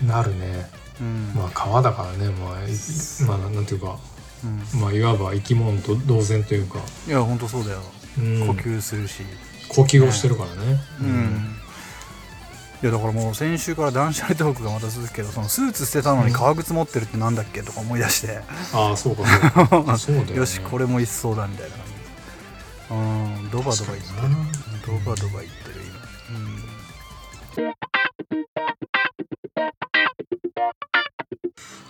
[SPEAKER 3] なるね
[SPEAKER 2] うん
[SPEAKER 3] まあ川だからねまあいまあなんていうか
[SPEAKER 2] うん、
[SPEAKER 3] まあいわば生き物と同然というか、
[SPEAKER 2] いやほんとそうだよ
[SPEAKER 3] うん
[SPEAKER 2] 呼吸するし、
[SPEAKER 3] 呼吸をしてるからね、
[SPEAKER 2] うんいやだからもう先週から断捨離トークがまた続くけどそのスーツ捨てたのに革靴持ってるってなんだっけとか思い出して、
[SPEAKER 3] ああそうかそう かそうだよ、ね、
[SPEAKER 2] よしこれも一層だみたいな感じうんドバド
[SPEAKER 3] 確
[SPEAKER 2] バ
[SPEAKER 3] か
[SPEAKER 2] 言って
[SPEAKER 3] に
[SPEAKER 2] る
[SPEAKER 3] な
[SPEAKER 2] ドバドバ言ってる今、うん、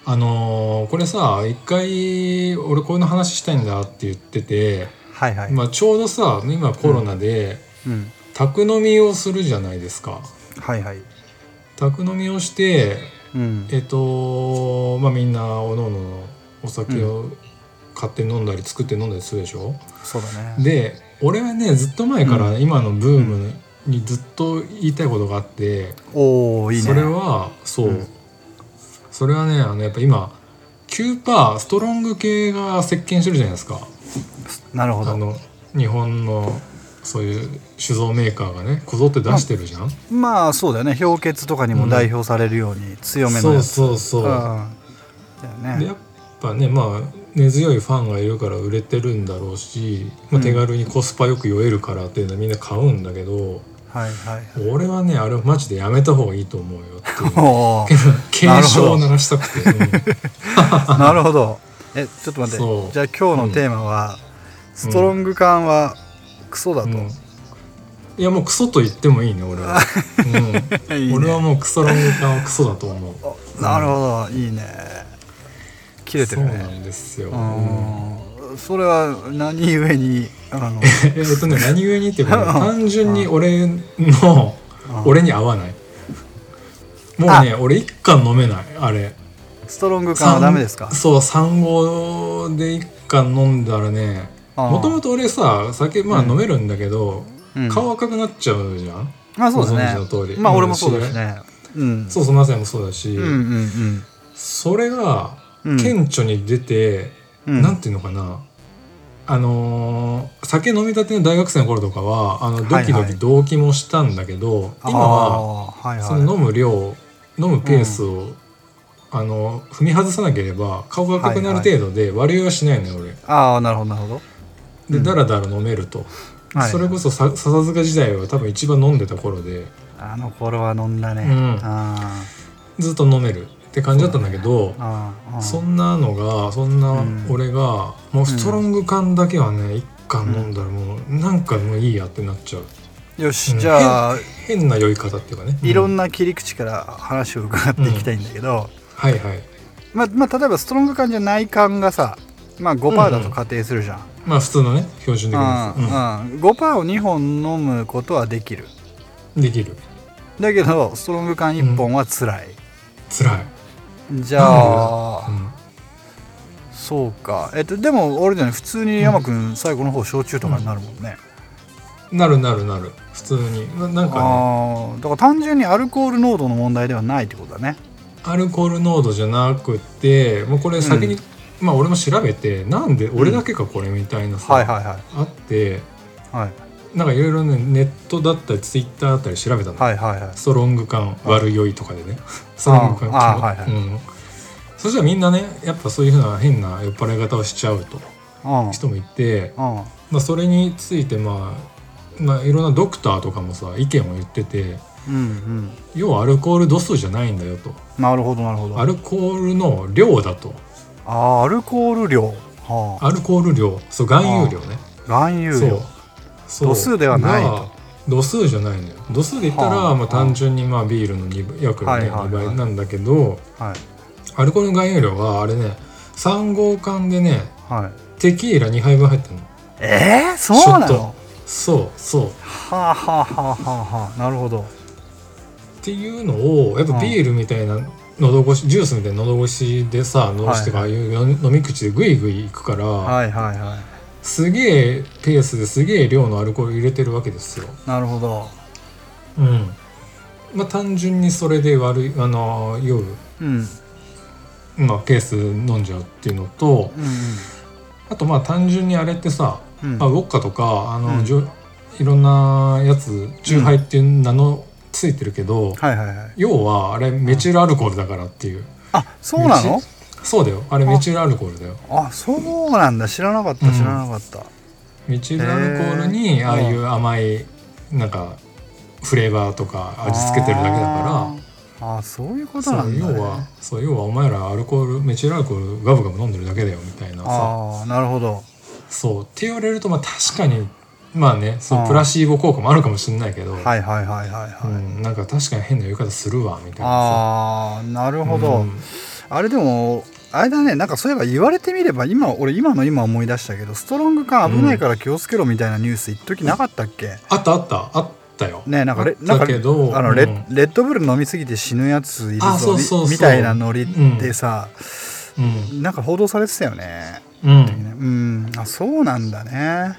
[SPEAKER 3] あのーこれさ一回俺こういうの話したいんだって言ってて、
[SPEAKER 2] はいはい、
[SPEAKER 3] まあ、ちょうどさ今コロナで
[SPEAKER 2] うん、
[SPEAKER 3] 宅飲みをするじゃないですか
[SPEAKER 2] はいはい
[SPEAKER 3] 宅飲みをして
[SPEAKER 2] うん
[SPEAKER 3] えっとまあみんなおのおのお酒を買って飲んだり作って飲んだりするでしょ、
[SPEAKER 2] そうだね
[SPEAKER 3] で俺はねずっと前か
[SPEAKER 2] う
[SPEAKER 3] ら今のブームにずっと言いたいことがあって、
[SPEAKER 2] おおいいね
[SPEAKER 3] それはそう、
[SPEAKER 2] うん
[SPEAKER 3] それはねあのやっぱ今9%ストロング系が席巻してるじゃないですか
[SPEAKER 2] なるほ
[SPEAKER 3] あ
[SPEAKER 2] ど
[SPEAKER 3] の日本のそういう酒造メーカーがねこぞって出してるじゃん、
[SPEAKER 2] まあそうだよね氷結とかにも代表されるように強めの
[SPEAKER 3] そ
[SPEAKER 2] や
[SPEAKER 3] う
[SPEAKER 2] つ、
[SPEAKER 3] そうそう、
[SPEAKER 2] うんだよ
[SPEAKER 3] で
[SPEAKER 2] ね
[SPEAKER 3] やっぱねまあ根強いファンがいるから売れてるんだろうし、まあ、手軽にコスパよく酔えるからっていうのはみんな買うんだけど、
[SPEAKER 2] はい はい
[SPEAKER 3] 俺はねあれマジでやめた方がいいと思うよって いう
[SPEAKER 2] おー
[SPEAKER 3] 警鐘を鳴らしたくて、うん
[SPEAKER 2] なるほどえちょっと待っ
[SPEAKER 3] そ
[SPEAKER 2] て
[SPEAKER 3] う
[SPEAKER 2] じゃあ今日のテーマは、ストロング感はクソだと、
[SPEAKER 3] うんいやもうクソと言ってもいいね俺は、
[SPEAKER 2] いい
[SPEAKER 3] うん
[SPEAKER 2] ね
[SPEAKER 3] 俺はもうクソロング缶はクソだと思う
[SPEAKER 2] なるほどいいね切れてる
[SPEAKER 3] そうな
[SPEAKER 2] ね
[SPEAKER 3] んですよ、
[SPEAKER 2] う
[SPEAKER 3] うん
[SPEAKER 2] んそれは何故にあ の
[SPEAKER 3] えっとね何故にっていうかね、
[SPEAKER 2] うん
[SPEAKER 3] 単純に俺の、
[SPEAKER 2] うん
[SPEAKER 3] 俺に合わないもうね俺一貫飲めないあれ
[SPEAKER 2] ストロング感はダメですか
[SPEAKER 3] 三そう3合で一貫飲んだらねもとも
[SPEAKER 2] と
[SPEAKER 3] と俺さ酒まあ飲めるんだけど、顔赤くなっちゃうじゃん、
[SPEAKER 2] あそうだ
[SPEAKER 3] ご
[SPEAKER 2] ね
[SPEAKER 3] 存知の通り
[SPEAKER 2] まあ俺もそうだしねうん
[SPEAKER 3] そうそうまさにもそうだし、
[SPEAKER 2] うんうん
[SPEAKER 3] それが
[SPEAKER 2] うんうん
[SPEAKER 3] 顕著に出て、
[SPEAKER 2] うん
[SPEAKER 3] なんていうのかなあのー酒飲みたての大学生の頃とかはあのドキド
[SPEAKER 2] はいはい
[SPEAKER 3] キ動機もしたんだけど、今は
[SPEAKER 2] あーはい
[SPEAKER 3] その
[SPEAKER 2] は
[SPEAKER 3] 飲む量飲むペースを、あの踏み外さなければ顔が赤くなる程度で悪酔いはしないのよ俺。
[SPEAKER 2] い、ああなるほどなるほ
[SPEAKER 3] で
[SPEAKER 2] うん
[SPEAKER 3] だらだら飲めると、
[SPEAKER 2] はい
[SPEAKER 3] それこそさ笹塚時代は多分一番飲んでた頃で
[SPEAKER 2] どあの頃は飲んだね、
[SPEAKER 3] うん
[SPEAKER 2] あ
[SPEAKER 3] ずっと飲めるって感じだったんだけど
[SPEAKER 2] ーあーあー
[SPEAKER 3] そんなのがそんな
[SPEAKER 2] うん
[SPEAKER 3] 俺が、もうストロング缶だけはね一缶飲んだらもう、なんかもういいやってなっちゃう
[SPEAKER 2] よし、
[SPEAKER 3] うん
[SPEAKER 2] じゃあ
[SPEAKER 3] 変な酔い方っていうかね
[SPEAKER 2] いろん
[SPEAKER 3] な、
[SPEAKER 2] な切り口から話を伺っていきたいんだけど、
[SPEAKER 3] はいはい
[SPEAKER 2] まあまあ、例えばストロング感じゃない感がさ、まあ、5%だと仮定するじゃん、
[SPEAKER 3] まあ普通のね標準的なやつ、
[SPEAKER 2] うんうん、5%を2本飲むことはできる
[SPEAKER 3] うんできる
[SPEAKER 2] だけどストロング缶1本は辛い、
[SPEAKER 3] 辛い、
[SPEAKER 2] じゃあ、
[SPEAKER 3] うん、
[SPEAKER 2] そうかえっとでもあれじゃない普通に山君、ん、最後の方焼酎とかになるもんね、
[SPEAKER 3] なるなるなる普通にななんかね
[SPEAKER 2] ああだから単純にアルコール濃度の問題ではないってことだね
[SPEAKER 3] アルコール濃度じゃなくてもうこれ先に、
[SPEAKER 2] う
[SPEAKER 3] まあ俺も調べてなんで俺だけかこれみたいなさ、
[SPEAKER 2] はいはいはい
[SPEAKER 3] あって
[SPEAKER 2] はい
[SPEAKER 3] なんかいろいろねネットだったりツイッターだったり調べたの、
[SPEAKER 2] はいはいはい
[SPEAKER 3] ストロング感
[SPEAKER 2] あ
[SPEAKER 3] 悪酔いとかでねストロング感
[SPEAKER 2] ああはいはい
[SPEAKER 3] うん、そしたらみんなねやっぱそういうふうな変な酔っ払い方をしちゃうと
[SPEAKER 2] うん
[SPEAKER 3] 人もいて、
[SPEAKER 2] うん
[SPEAKER 3] まあ、それについて、まあ、まあいろんなドクターとかもさ意見を言ってて
[SPEAKER 2] うん
[SPEAKER 3] 要はアルコール度数じゃないんだよと
[SPEAKER 2] うんなるほどなるほど
[SPEAKER 3] アルコールの量だと
[SPEAKER 2] あーアルコール量、はあ、
[SPEAKER 3] アルコール量そう含有量ね
[SPEAKER 2] 含有
[SPEAKER 3] そ
[SPEAKER 2] 量
[SPEAKER 3] うそう
[SPEAKER 2] 度数ではないと
[SPEAKER 3] が度数じゃないのよ度数で言ったら、
[SPEAKER 2] はあ
[SPEAKER 3] まあ、単純にまあビールの2倍約、ね
[SPEAKER 2] はいはいはい
[SPEAKER 3] 2倍なんだけど
[SPEAKER 2] はい
[SPEAKER 3] アルコールの含有量はあれね3号缶でね
[SPEAKER 2] はい
[SPEAKER 3] テキーラ2杯分入ってるの
[SPEAKER 2] えー、そうな
[SPEAKER 3] ショッ
[SPEAKER 2] の
[SPEAKER 3] トそうそうっ
[SPEAKER 2] はあ、はあはあはあはあ、なるほど
[SPEAKER 3] ていうのをやっ
[SPEAKER 2] うん
[SPEAKER 3] ぱビールみたいな喉越しジュースみたいな喉越しでさ喉越しとかああいう飲み口でグイグイいくから、
[SPEAKER 2] はいはいは
[SPEAKER 3] すげえペースですげえ量のアルコール入れてるわけですよ
[SPEAKER 2] いなるほど
[SPEAKER 3] うんまあ単純にそれで悪いあの酔う
[SPEAKER 2] うんうん
[SPEAKER 3] まあ、ペース飲んじゃうっていうのとあとまあ単純にあれってさ、
[SPEAKER 2] うんうん
[SPEAKER 3] まあ、ウォッカとかあの、
[SPEAKER 2] うん
[SPEAKER 3] じょいろんなやつ酎ハイっていう名のついてるけど、
[SPEAKER 2] はいはいはい
[SPEAKER 3] 要はあれメチルアルコールだからっていう、
[SPEAKER 2] あそうなの
[SPEAKER 3] メチそうだよあれメチルアルコールだよ
[SPEAKER 2] あそうなんだ知らなかった
[SPEAKER 3] うん
[SPEAKER 2] 知らなかった、
[SPEAKER 3] メチルアルコールに
[SPEAKER 2] へー
[SPEAKER 3] ああいう甘いなんかフレーバーとか味付けてるだけだから
[SPEAKER 2] らあーそういうこと
[SPEAKER 3] そう
[SPEAKER 2] なんだ、
[SPEAKER 3] 要
[SPEAKER 2] ね、
[SPEAKER 3] はそう要はお前らアルコールメチルアルコールガブガブ飲んでるだけだよみたいなさ
[SPEAKER 2] ああなるほど
[SPEAKER 3] そうって言われるとまあ確かにまあねそううんプラシーボ効果もあるかもしれないけど、
[SPEAKER 2] はいはいはいはいはい、
[SPEAKER 3] うん、なんか確かに変な言い方するわみたいなさ
[SPEAKER 2] ああなるほど、
[SPEAKER 3] うん
[SPEAKER 2] あれでもあれだねなんかそういえば言われてみれば今俺今の今思い出したけどストロング缶危ないから気をつけろみたいなニュース一時なかったっけ、
[SPEAKER 3] あったあったあったよ、
[SPEAKER 2] ねなんかレ
[SPEAKER 3] だ
[SPEAKER 2] なんか
[SPEAKER 3] けど
[SPEAKER 2] あのレ,、
[SPEAKER 3] うん
[SPEAKER 2] レッドブル飲みすぎて死ぬやついる
[SPEAKER 3] あそ
[SPEAKER 2] ぞ
[SPEAKER 3] うそうそう
[SPEAKER 2] みみたいなノリでさ、
[SPEAKER 3] うん
[SPEAKER 2] なんか報道されてたよね。
[SPEAKER 3] うん、
[SPEAKER 2] うん、あそうなんだね。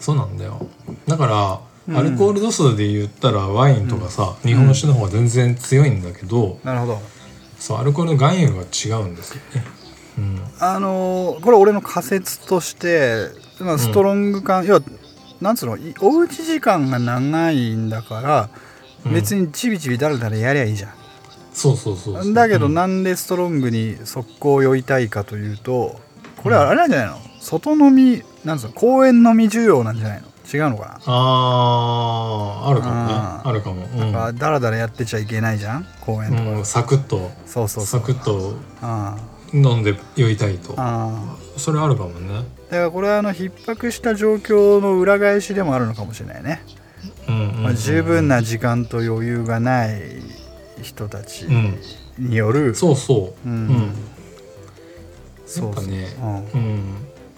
[SPEAKER 3] そうなんだよだから、
[SPEAKER 2] うん
[SPEAKER 3] アルコール度数で言ったらワインとかさ、日本酒の方が全然強いんだけど、
[SPEAKER 2] なるほど。
[SPEAKER 3] そうアルコールの含有量が違うんですよね、うん、
[SPEAKER 2] あのーこれ俺の仮説として、まあ、ストロング感、要はなんつうのいおうち時間が長いんだから
[SPEAKER 3] うん
[SPEAKER 2] 別にちびちびだらだらやりゃいいじゃん。
[SPEAKER 3] そうそうそうそう
[SPEAKER 2] だけど
[SPEAKER 3] うん
[SPEAKER 2] なんでストロングに速攻酔いたいかというとこれはあれなんじゃないの外飲みなんつうの公園飲み需要なんじゃないの違うのか
[SPEAKER 3] あーあるかもね
[SPEAKER 2] あ
[SPEAKER 3] あ
[SPEAKER 2] ー
[SPEAKER 3] るかも
[SPEAKER 2] な、なんかダラダラやってちゃいけないじゃん公園とか、
[SPEAKER 3] うん、うん、サクッと
[SPEAKER 2] そうそうそ
[SPEAKER 3] サ
[SPEAKER 2] う
[SPEAKER 3] クッと
[SPEAKER 2] あ
[SPEAKER 3] 飲んで酔いたいと
[SPEAKER 2] あああ
[SPEAKER 3] それあるかもね
[SPEAKER 2] だからこれはあの逼迫した状況の裏返しでもあるのかもしれないね、
[SPEAKER 3] うんうんうん
[SPEAKER 2] まあ、十分な時間と余裕がない人たち
[SPEAKER 3] うん
[SPEAKER 2] による、
[SPEAKER 3] そうそうう
[SPEAKER 2] う
[SPEAKER 3] んん
[SPEAKER 2] そ
[SPEAKER 3] やっ
[SPEAKER 2] う
[SPEAKER 3] ぱ
[SPEAKER 2] そう
[SPEAKER 3] ね
[SPEAKER 2] うん
[SPEAKER 3] うん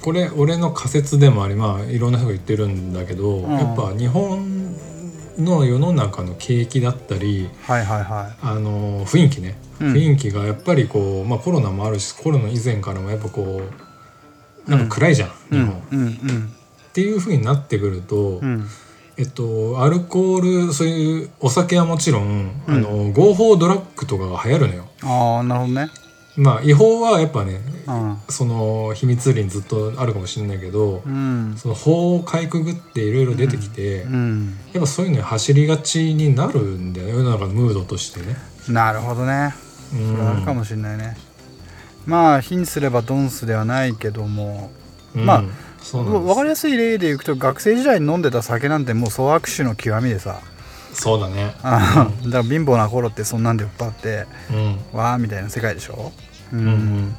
[SPEAKER 3] これ俺の仮説でもありまあいろんな人が言ってるんだけど
[SPEAKER 2] ん
[SPEAKER 3] やっぱ日本の世の中の景気だったり
[SPEAKER 2] はいはいは
[SPEAKER 3] あの雰囲気ね
[SPEAKER 2] うん
[SPEAKER 3] 雰囲気がやっぱりこうまあコロナもあるしコロナ以前からもやっぱこうなんか暗いじゃん
[SPEAKER 2] い
[SPEAKER 3] 日本っ
[SPEAKER 2] うんうん
[SPEAKER 3] ていう風になってくると
[SPEAKER 2] うんうん
[SPEAKER 3] えっと、アルコールそういうお酒はもちろん、
[SPEAKER 2] うん
[SPEAKER 3] あの合法ドラッグとかが流行るのよ
[SPEAKER 2] ああなるほどね
[SPEAKER 3] まあ違法はやっぱね
[SPEAKER 2] うん
[SPEAKER 3] その秘密裏にずっとあるかもしれないけど、
[SPEAKER 2] うん
[SPEAKER 3] その法をかいくぐっていろいろ出てきて、
[SPEAKER 2] うん
[SPEAKER 3] やっぱそういうのに走りがちになるんだよね世の中のムードとしてね。
[SPEAKER 2] なるほどね
[SPEAKER 3] うん
[SPEAKER 2] それはあるかもしれないね、まあ「貧すればドンス」ではないけども
[SPEAKER 3] うん
[SPEAKER 2] まあ
[SPEAKER 3] そうなん
[SPEAKER 2] 分
[SPEAKER 3] で
[SPEAKER 2] かりやすい例でいくと学生時代に飲んでた酒なんてもう総悪手の極みでさ
[SPEAKER 3] すそうだね。
[SPEAKER 2] あ ーだから貧乏な頃ってそんなんで酔っ払って
[SPEAKER 3] うん
[SPEAKER 2] わーみたいな世界でしょ、う
[SPEAKER 3] うん
[SPEAKER 2] ん
[SPEAKER 3] うん、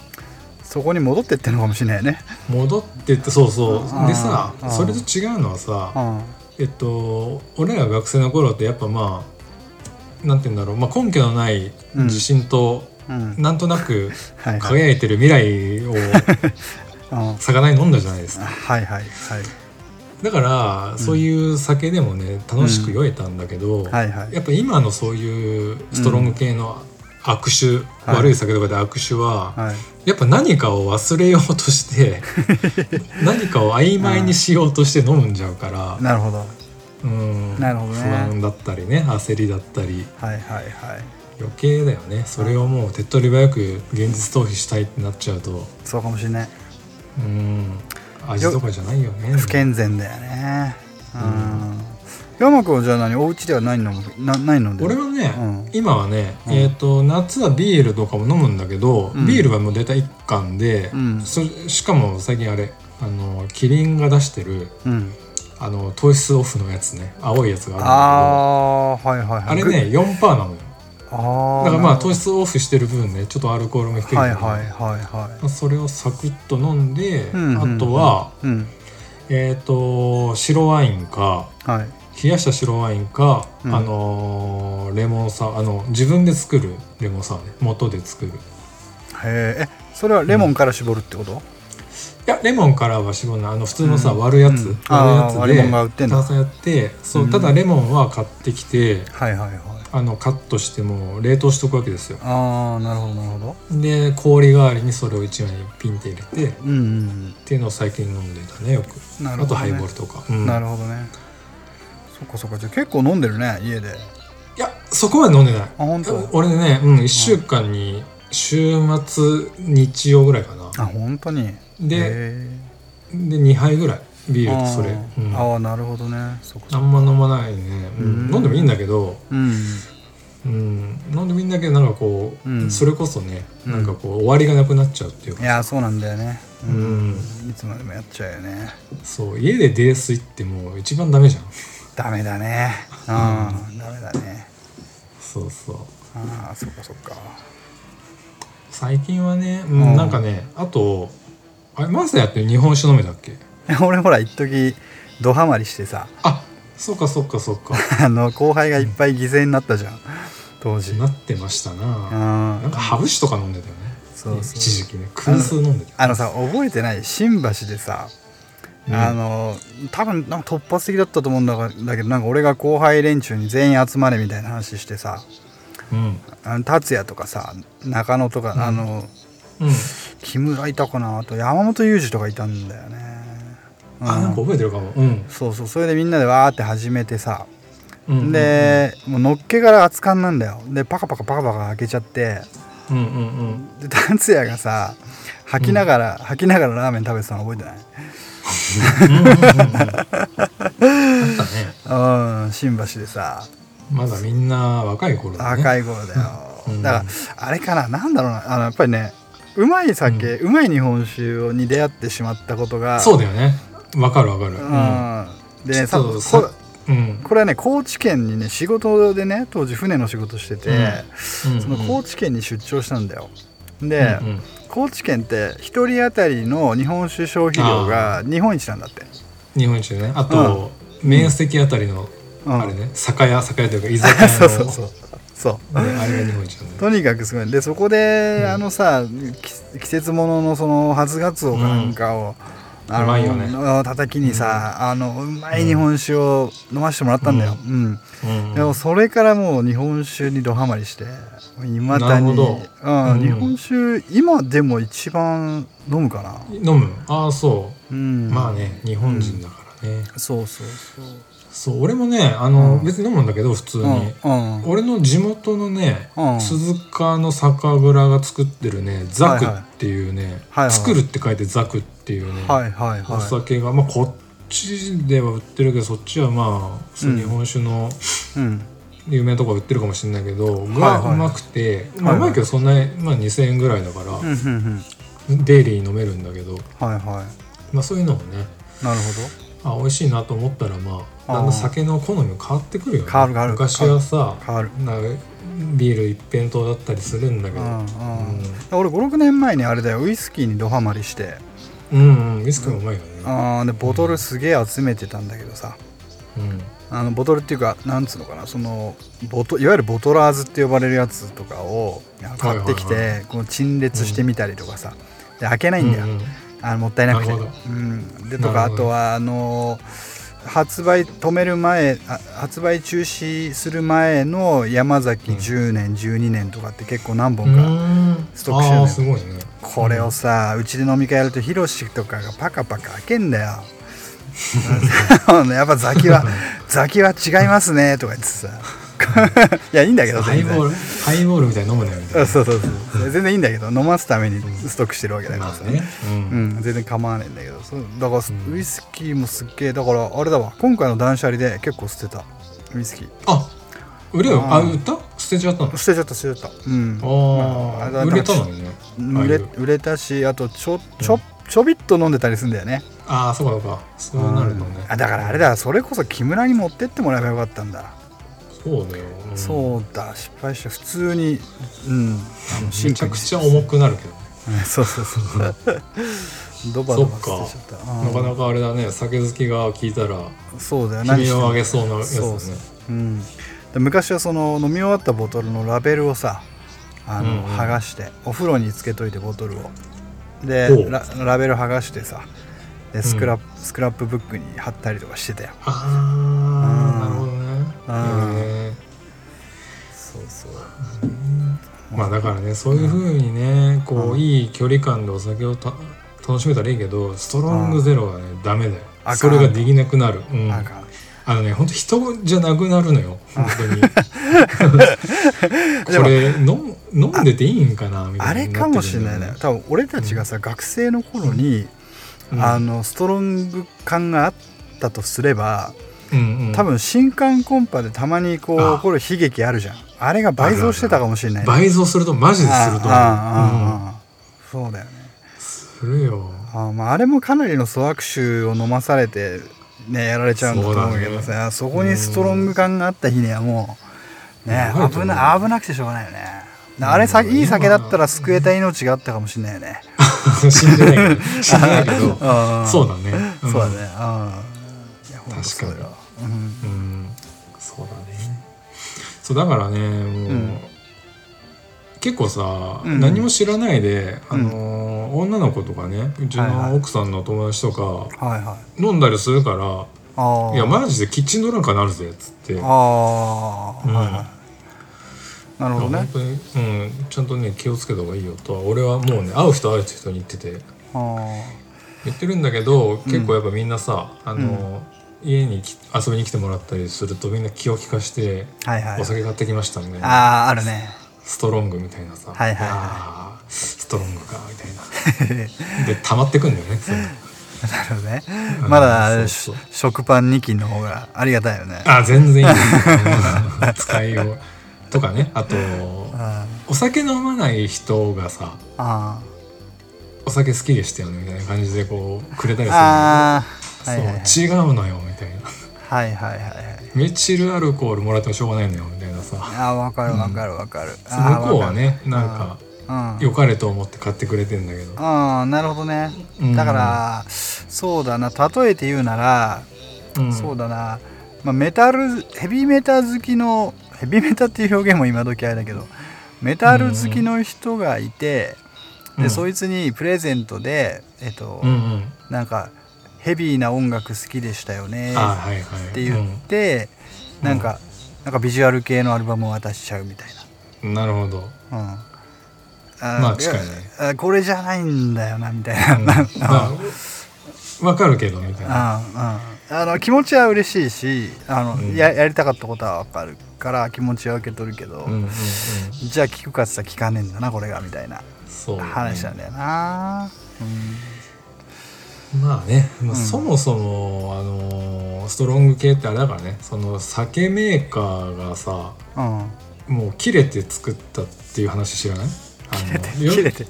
[SPEAKER 2] そこに戻ってってんのかもしれないね、
[SPEAKER 3] 戻ってってそうそう
[SPEAKER 2] あー
[SPEAKER 3] でさ
[SPEAKER 2] あー
[SPEAKER 3] それと違うのは
[SPEAKER 2] う
[SPEAKER 3] さ
[SPEAKER 2] ん、
[SPEAKER 3] えっと俺ら学生の頃ってやっぱまあなんて言うんだろう、まあ、根拠のない自信と、
[SPEAKER 2] うん
[SPEAKER 3] なんとな く
[SPEAKER 2] はいはい
[SPEAKER 3] 輝いてる未来を
[SPEAKER 2] うん
[SPEAKER 3] 魚に飲んだじゃないですか
[SPEAKER 2] はいはいはい
[SPEAKER 3] だからそういう酒でもね楽しく酔えたんだけど、
[SPEAKER 2] はいはい
[SPEAKER 3] やっぱ今のそういうストロング系の悪酒、
[SPEAKER 2] はい
[SPEAKER 3] 悪い酒とかで悪酒は、
[SPEAKER 2] はい
[SPEAKER 3] やっぱ何かを忘れようとして 何かを曖昧にしようとして飲むんじゃうから、
[SPEAKER 2] なるほどは
[SPEAKER 3] うん
[SPEAKER 2] なるほどね
[SPEAKER 3] 不安だったりね焦りだったり
[SPEAKER 2] いはいはい
[SPEAKER 3] 余計だよねそれをもう手っ取り早く現実逃避したいってなっちゃうと
[SPEAKER 2] そうかもしれない
[SPEAKER 3] うん味とかじゃないよね
[SPEAKER 2] 不健全だよねうん山君はじゃあ何お家では何飲むな何飲んでる
[SPEAKER 3] 俺はね、
[SPEAKER 2] うん
[SPEAKER 3] 今はね、
[SPEAKER 2] うん
[SPEAKER 3] えー、と夏はビールとかも飲むんだけど、
[SPEAKER 2] うん
[SPEAKER 3] ビールはもう大体1缶で、
[SPEAKER 2] うん
[SPEAKER 3] そしかも最近あれあのキリンが出してる
[SPEAKER 2] うん
[SPEAKER 3] あの糖質オフのやつね青いやつがあ
[SPEAKER 2] あーはいはいはい
[SPEAKER 3] るんだけどあれね4%なのよだ
[SPEAKER 2] ああ
[SPEAKER 3] からまあ糖質オフしてる分ねちょっとアルコールも低い
[SPEAKER 2] はい
[SPEAKER 3] けど
[SPEAKER 2] はいはいは
[SPEAKER 3] それをサクッと飲んで、
[SPEAKER 2] うんうん
[SPEAKER 3] あとは、
[SPEAKER 2] いうん
[SPEAKER 3] えー、と白ワインか
[SPEAKER 2] はい
[SPEAKER 3] 冷やした白ワインか、
[SPEAKER 2] うん
[SPEAKER 3] あのーレモンサワーあの自分で作るレモンサワーね元で作るい
[SPEAKER 2] へーえそれはレモンから絞るってこと
[SPEAKER 3] やレモンからは絞るなあの普通のさ、
[SPEAKER 2] うん
[SPEAKER 3] 割るやつ、
[SPEAKER 2] うんあー
[SPEAKER 3] 割る
[SPEAKER 2] レ
[SPEAKER 3] や
[SPEAKER 2] モンが売っ
[SPEAKER 3] つ
[SPEAKER 2] て
[SPEAKER 3] で
[SPEAKER 2] んだ
[SPEAKER 3] 炭酸やってそう、
[SPEAKER 2] うん
[SPEAKER 3] ただレモンは買ってきて
[SPEAKER 2] はいはいはい
[SPEAKER 3] あのカットしてもう冷凍しとくわけですよ
[SPEAKER 2] ああなるほどなるほど
[SPEAKER 3] で氷代わりにそれを一枚ピンって入れてっ
[SPEAKER 2] うんうん
[SPEAKER 3] ていうのを最近飲んでたねよく
[SPEAKER 2] うんなる
[SPEAKER 3] あ
[SPEAKER 2] ほ
[SPEAKER 3] と
[SPEAKER 2] どね
[SPEAKER 3] ハイボールとか、うん
[SPEAKER 2] なるほどねそっかそっかじゃあ結構飲んでるね家で
[SPEAKER 3] いやそこまで飲んでない
[SPEAKER 2] あ本当
[SPEAKER 3] 俺ね、うん、1週間に週末日曜ぐらいかな
[SPEAKER 2] あ本当に
[SPEAKER 3] で
[SPEAKER 2] へ
[SPEAKER 3] で2杯ぐらいビ
[SPEAKER 2] ー
[SPEAKER 3] ールとそれ、
[SPEAKER 2] あ
[SPEAKER 3] う
[SPEAKER 2] ー
[SPEAKER 3] ん、あ
[SPEAKER 2] あーなるほどねそこそこ
[SPEAKER 3] んま飲まないね、うん
[SPEAKER 2] うん
[SPEAKER 3] 飲んでもいいんだけど、
[SPEAKER 2] うん
[SPEAKER 3] うん、飲んでもいいんだけどなんかこう、
[SPEAKER 2] うん
[SPEAKER 3] それこそね
[SPEAKER 2] うん
[SPEAKER 3] なんかこう終わりがなくなっちゃうっていう
[SPEAKER 2] い
[SPEAKER 3] か、
[SPEAKER 2] やそうなんだよね
[SPEAKER 3] う、ん、
[SPEAKER 2] いつまでもやっちゃうよね
[SPEAKER 3] そう家で泥酔ってもう一番ダメじゃん
[SPEAKER 2] ダメだねうんダメだね
[SPEAKER 3] そうそう
[SPEAKER 2] ああそっかそっか
[SPEAKER 3] 最近はね、う、
[SPEAKER 2] うんん
[SPEAKER 3] なんかねあとあれマサヤって日本酒飲めたっけ
[SPEAKER 2] 俺ほら一時ドハマりしてさ
[SPEAKER 3] あそうかそうかそうか
[SPEAKER 2] あの後輩がいっぱい犠牲になったじゃん当時
[SPEAKER 3] なってましたな な
[SPEAKER 2] あ
[SPEAKER 3] んかハブ酒とか飲んでたよね
[SPEAKER 2] そうそう
[SPEAKER 3] 一時期ね燻製飲んでた
[SPEAKER 2] あのさ覚えてない新橋でさ、
[SPEAKER 3] うん
[SPEAKER 2] あの多分なんか突発的だったと思うんだがだけどなんか俺が後輩連中に全員集まれみたいな話してさ
[SPEAKER 3] うん
[SPEAKER 2] あの達也とかさ中野とか、あの
[SPEAKER 3] うん
[SPEAKER 2] 木村いたかなあと山本裕二とかいたんだよね、うん
[SPEAKER 3] あなんか覚えてるかもうん
[SPEAKER 2] そうそうそれでみんなでわーって始めてさ、
[SPEAKER 3] うんうん
[SPEAKER 2] でもうのっけから熱燗なんだよでパカパカパカパカ開けちゃって
[SPEAKER 3] うんうんうん
[SPEAKER 2] で達也がさ吐きながら、吐きながらラーメン食べてたの覚えてない
[SPEAKER 3] だね
[SPEAKER 2] うん新橋でさ
[SPEAKER 3] まだみんな若い頃だね
[SPEAKER 2] 赤い頃だよ、
[SPEAKER 3] うん
[SPEAKER 2] だからあれかななんだろうなあのやっぱりねうまい酒、うまい日本酒に出会ってしまったことが
[SPEAKER 3] そうだよねわかるわかる
[SPEAKER 2] う、
[SPEAKER 3] うん
[SPEAKER 2] でね
[SPEAKER 3] ち
[SPEAKER 2] さ
[SPEAKER 3] ょっとさ
[SPEAKER 2] こ
[SPEAKER 3] うん
[SPEAKER 2] これはね高知県にね仕事でね当時船の仕事してて、
[SPEAKER 3] うん
[SPEAKER 2] その高知県に出張したんだよで、
[SPEAKER 3] うんうん
[SPEAKER 2] 高知県って一人当たりの日本酒消費量が日本一なんだって
[SPEAKER 3] 日本酒ねあと面積あたりの
[SPEAKER 2] うん
[SPEAKER 3] あれね酒屋酒屋というか居酒屋の
[SPEAKER 2] そうそうそうそう
[SPEAKER 3] ねあれが日本一なんだよ
[SPEAKER 2] とにかくすごいでそこで、あのさき季節物のその初ガツオかなんかを、あ
[SPEAKER 3] う
[SPEAKER 2] の
[SPEAKER 3] まいよね
[SPEAKER 2] たたきにさ、あのうまい日本酒を飲ませてもらったんだよ、うん
[SPEAKER 3] うん
[SPEAKER 2] でもそれからもう日本酒にドハマりしていま
[SPEAKER 3] な
[SPEAKER 2] だ
[SPEAKER 3] る
[SPEAKER 2] に、
[SPEAKER 3] ほど
[SPEAKER 2] うん
[SPEAKER 3] うん
[SPEAKER 2] 日本酒今でも一番飲むかな
[SPEAKER 3] 飲むああそう
[SPEAKER 2] うん
[SPEAKER 3] まあね日本人だからね
[SPEAKER 2] そうそうそう
[SPEAKER 3] そう俺もねあの、
[SPEAKER 2] うん
[SPEAKER 3] 別に飲むんだけど普通に、
[SPEAKER 2] うんうん
[SPEAKER 3] 俺の地元のね、
[SPEAKER 2] うん
[SPEAKER 3] 鈴鹿の酒蔵が作ってるねザクっていうね、
[SPEAKER 2] はいはい
[SPEAKER 3] 作るって書いてザクっていうね、
[SPEAKER 2] はいはい
[SPEAKER 3] お
[SPEAKER 2] は
[SPEAKER 3] 酒が、まあ、こっちでは売ってるけどそっちはまあそう
[SPEAKER 2] うん
[SPEAKER 3] 日本酒の
[SPEAKER 2] いうん
[SPEAKER 3] 有名なとこは売ってるかもしれないけど、
[SPEAKER 2] はいは
[SPEAKER 3] が
[SPEAKER 2] いう
[SPEAKER 3] まくて、まあ、
[SPEAKER 2] はいうはい
[SPEAKER 3] まいけどそんな、まあ、2,000円ぐらいだから、
[SPEAKER 2] うんうんうん
[SPEAKER 3] デイリーに飲めるんだけど、
[SPEAKER 2] はいは
[SPEAKER 3] まあ、そういうのもね
[SPEAKER 2] いなるほ
[SPEAKER 3] あ美味しいなと思ったらまあだん
[SPEAKER 2] あ
[SPEAKER 3] だ
[SPEAKER 2] ー
[SPEAKER 3] ん酒の好みも変わってくるよね
[SPEAKER 2] 変わる変わる
[SPEAKER 3] 昔はさ
[SPEAKER 2] ど変わる
[SPEAKER 3] なんかビール一辺倒だったりするんだけ
[SPEAKER 2] う
[SPEAKER 3] ど、
[SPEAKER 2] んうん
[SPEAKER 3] うん
[SPEAKER 2] 俺56年前にあれだよウイスキーにドハマりして
[SPEAKER 3] うんうんウイスキーもうまいよね。
[SPEAKER 2] あーでボトルすげえ集めてたんだけどさ
[SPEAKER 3] うん
[SPEAKER 2] あのボトルっていうかなんつうのかなそのボトいわゆるボトラーズって呼ばれるやつとかを買ってきて、
[SPEAKER 3] はいは
[SPEAKER 2] こう陳列してみたりとかさ、で開けないんだよ、
[SPEAKER 3] うんうん
[SPEAKER 2] あのもったいなくて
[SPEAKER 3] なるほど
[SPEAKER 2] うん、でとか
[SPEAKER 3] な
[SPEAKER 2] あ
[SPEAKER 3] るほど
[SPEAKER 2] とはあの発売止める前あ発売中止する前の山崎10年、12年とかって結構何本か、
[SPEAKER 3] うん
[SPEAKER 2] ストックしてるね
[SPEAKER 3] あーすごいね。
[SPEAKER 2] これをさうちで飲み会やるとヒロシとかがパカパカ開けん だよやっぱザキは ザキは違いますねとか言ってさ いやいいんだけど
[SPEAKER 3] ハイ
[SPEAKER 2] 全然
[SPEAKER 3] ボールハイボールみたいに飲むねみたい
[SPEAKER 2] そう
[SPEAKER 3] な。
[SPEAKER 2] そうそうそう全然いいんだけど飲ますためにストックしてるわけだから
[SPEAKER 3] ま
[SPEAKER 2] さ、
[SPEAKER 3] あね。
[SPEAKER 2] う
[SPEAKER 3] うん
[SPEAKER 2] ん、全然構わないんだけどそうだからウイスキーもすっげえだからあれだわ今回の断捨離で結構捨てたウイスキー
[SPEAKER 3] あ売れよあ
[SPEAKER 2] あー
[SPEAKER 3] 売った捨てちゃったの。
[SPEAKER 2] 捨てちゃった捨てちゃったうんま
[SPEAKER 3] あ
[SPEAKER 2] あ
[SPEAKER 3] あ
[SPEAKER 2] だから
[SPEAKER 3] ー売れたのにね。
[SPEAKER 2] 売れ売れたしあとちょちょちょびっと飲んでたりするんだよね
[SPEAKER 3] ああーそうかそうかそうなるのね。
[SPEAKER 2] あだからあれだそれこそ木村に持ってってもらえばよかったんだ、
[SPEAKER 3] そうだよ。うん
[SPEAKER 2] そうだ失敗した普通にうんあの
[SPEAKER 3] めちゃくちゃ重くなるけどね。
[SPEAKER 2] うんそうそうそう ドバドバ捨てちゃった
[SPEAKER 3] なか
[SPEAKER 2] うん
[SPEAKER 3] なかあれだね酒好きが聞いたら
[SPEAKER 2] そうだよ
[SPEAKER 3] 悲鳴を上
[SPEAKER 2] 何
[SPEAKER 3] げ
[SPEAKER 2] して
[SPEAKER 3] そうなやつだ
[SPEAKER 2] そう
[SPEAKER 3] ね
[SPEAKER 2] そうん、で昔はその飲み終わったボトルのラベルをさあの、
[SPEAKER 3] うんうん
[SPEAKER 2] 剥がしてお風呂につけといてボトルをで
[SPEAKER 3] ほう
[SPEAKER 2] ララベル剥がしてさでスクラップ、スクラップブックに貼ったりとかしてたよ
[SPEAKER 3] ああなるほど
[SPEAKER 2] うん
[SPEAKER 3] ねいいよね
[SPEAKER 2] そうそう
[SPEAKER 3] まあだからねそういうふうにねこういい距離感でお酒をた楽しめたらいいけどストロングゼロはねダメだよ
[SPEAKER 2] あかん
[SPEAKER 3] それができなくなる、うん、
[SPEAKER 2] なん
[SPEAKER 3] あ
[SPEAKER 2] か
[SPEAKER 3] のね本当人じゃなくなるのよ本当に これ飲む飲んでていいんかなみた
[SPEAKER 2] あ
[SPEAKER 3] いな
[SPEAKER 2] れかもしれないね多分俺たちがさ、学生の頃に、あ
[SPEAKER 3] あ
[SPEAKER 2] のストロング感があったとすれば
[SPEAKER 3] うんうん
[SPEAKER 2] 多分新刊コンパでたまにこう
[SPEAKER 3] あ
[SPEAKER 2] 起こる悲劇あるじゃんあれが倍増してたかもしれないね、
[SPEAKER 3] 倍増するとマジですると思ううん
[SPEAKER 2] ああああああそうだよね
[SPEAKER 3] するよ
[SPEAKER 2] あ,、まあ、あれもかなりの粗悪臭を飲まされてねやられちゃうんだと思うけど
[SPEAKER 3] そ
[SPEAKER 2] さ
[SPEAKER 3] う
[SPEAKER 2] そ,、こにストロング感があった日にはもうね
[SPEAKER 3] うん
[SPEAKER 2] 危な危なくてしょうがないよねあれさいい酒だったら救えた命があったかもしれないよね
[SPEAKER 3] 死んでないけ ど死んでないけど
[SPEAKER 2] うん
[SPEAKER 3] そうだね、ん
[SPEAKER 2] そうだね。うん。いやほんとそう
[SPEAKER 3] 確
[SPEAKER 2] だ
[SPEAKER 3] か
[SPEAKER 2] よ
[SPEAKER 3] う
[SPEAKER 2] うん
[SPEAKER 3] んそうだねそうだからねもう、
[SPEAKER 2] うん
[SPEAKER 3] 結構さ、
[SPEAKER 2] うん
[SPEAKER 3] 何も知らないで、あ
[SPEAKER 2] うん
[SPEAKER 3] のー女の子とかねうち
[SPEAKER 2] はいはい
[SPEAKER 3] の奥さんの友達とか
[SPEAKER 2] はいはい。
[SPEAKER 3] 飲んだりするから「
[SPEAKER 2] ああ。
[SPEAKER 3] いやマジでキッチンドランカーなるぜ」っつって、
[SPEAKER 2] ああ。はいはい。なるほど
[SPEAKER 3] 本
[SPEAKER 2] ね。
[SPEAKER 3] 当に、うん、ちゃんとね気をつけた方がいいよとは俺はもうね会う人会う人に言ってて
[SPEAKER 2] ああ。
[SPEAKER 3] 言ってるんだけど結構やっぱみんなさ、あのー家にき遊びに来てもらったりするとみんな気を利かして
[SPEAKER 2] はいはい
[SPEAKER 3] お。酒買ってきましたみたいな、
[SPEAKER 2] ああ、あるね。
[SPEAKER 3] ストロングみたいなさ、
[SPEAKER 2] はいはいはい
[SPEAKER 3] あーストロングかみたいなで溜まってくんだよねそういうの
[SPEAKER 2] なるほどね
[SPEAKER 3] う。ん
[SPEAKER 2] まだ、
[SPEAKER 3] そ
[SPEAKER 2] し
[SPEAKER 3] うそう
[SPEAKER 2] 食パン2斤の方がありがたいよね。
[SPEAKER 3] あー全然いい ねうん使いようとかねあと
[SPEAKER 2] あ
[SPEAKER 3] お酒飲まない人がさ
[SPEAKER 2] あ。
[SPEAKER 3] お酒好きでしたよねみたいな感じでこうくれたりする
[SPEAKER 2] ああ。はいはいはい。
[SPEAKER 3] そう違うのよみたいな
[SPEAKER 2] はいはいはいはい。
[SPEAKER 3] メチルアルコールもらってもしょうがないのよみたいなさ
[SPEAKER 2] ああ、わかるわかるわかる。
[SPEAKER 3] そう
[SPEAKER 2] ああ
[SPEAKER 3] 向こうは。ねなんか
[SPEAKER 2] わかるうん。
[SPEAKER 3] 良かれと思って買ってくれてんだけど
[SPEAKER 2] ああ、なるほどね。だから、そうだな。例えて言うなら、
[SPEAKER 3] うん
[SPEAKER 2] そうだな、まあ、メタルヘビーメタ好きのヘビーメタっていう表現も今時あれだけどメタル好きの人がいて、
[SPEAKER 3] う
[SPEAKER 2] で
[SPEAKER 3] ん
[SPEAKER 2] そいつにプレゼントで、えっと
[SPEAKER 3] うんうん
[SPEAKER 2] なんかヘビーな音楽好きでしたよね
[SPEAKER 3] あーはいはい
[SPEAKER 2] って言って、
[SPEAKER 3] うん
[SPEAKER 2] なんかなんかビジュアル系のアルバムを渡しちゃうみたい
[SPEAKER 3] うんなるほど
[SPEAKER 2] な。うん
[SPEAKER 3] ま
[SPEAKER 2] ま
[SPEAKER 3] あ近いね
[SPEAKER 2] これじ ゃないんだよなみたいな。
[SPEAKER 3] まあ、わかるけどみたいな。
[SPEAKER 2] ああの気持ちは嬉しいしあの、
[SPEAKER 3] うん
[SPEAKER 2] ややりたかったことは分かるから気持ちは受け取るけど、
[SPEAKER 3] うんうんうん
[SPEAKER 2] じゃあ聞くかって言ったら聞かねえんだなこれがみたいな
[SPEAKER 3] そうね
[SPEAKER 2] 話なんだよな、
[SPEAKER 3] まあね、まあ、
[SPEAKER 2] うん
[SPEAKER 3] そもそも、あのーストロング系ってあれだからねその酒メーカーがさ
[SPEAKER 2] うん、うん、
[SPEAKER 3] もう切れて作ったっていう話知らない切れて
[SPEAKER 2] 切れてる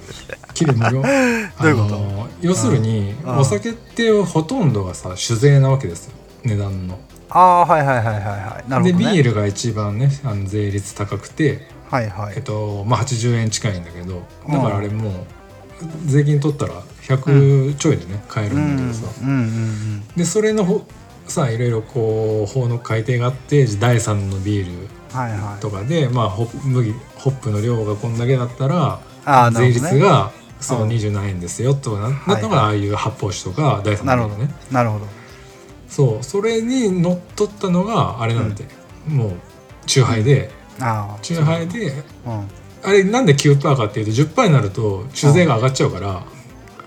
[SPEAKER 3] 切れ無 料どう
[SPEAKER 2] いうこと
[SPEAKER 3] 要するに
[SPEAKER 2] うん
[SPEAKER 3] お酒ってほとんどがさ酒税なわけですよ値段の、
[SPEAKER 2] ああはいはいはいはいはいなるほ
[SPEAKER 3] で
[SPEAKER 2] ど、ね、
[SPEAKER 3] ビールが一番ねあの税率高くて
[SPEAKER 2] はいは
[SPEAKER 3] えっ
[SPEAKER 2] い
[SPEAKER 3] とまあ80円近いんだけど
[SPEAKER 2] うん
[SPEAKER 3] だからあれもう税金取ったら100ちょいでね買える
[SPEAKER 2] うん
[SPEAKER 3] だ
[SPEAKER 2] ん
[SPEAKER 3] けどさ、
[SPEAKER 2] うんうん
[SPEAKER 3] でそれのほさいろいろこう法の改定があって第3のビール
[SPEAKER 2] うんはいはい
[SPEAKER 3] とかで、まあ、ホップ麦ホップの量がこんだけだったら
[SPEAKER 2] あーな
[SPEAKER 3] 税
[SPEAKER 2] るほどね
[SPEAKER 3] 率がその
[SPEAKER 2] うん
[SPEAKER 3] 20何円ですよとななったの
[SPEAKER 2] はいは
[SPEAKER 3] がああいう発泡酒とか第三
[SPEAKER 2] なる
[SPEAKER 3] の
[SPEAKER 2] ほ
[SPEAKER 3] ビー
[SPEAKER 2] ど
[SPEAKER 3] ルね
[SPEAKER 2] なるほど
[SPEAKER 3] そうそれにのっとったのがあれなんで、もう酎ハイで、
[SPEAKER 2] あ
[SPEAKER 3] 酎ハイで
[SPEAKER 2] あ、うん、
[SPEAKER 3] あれなんで9%かっていうと10%になると酒税が上がっちゃうから、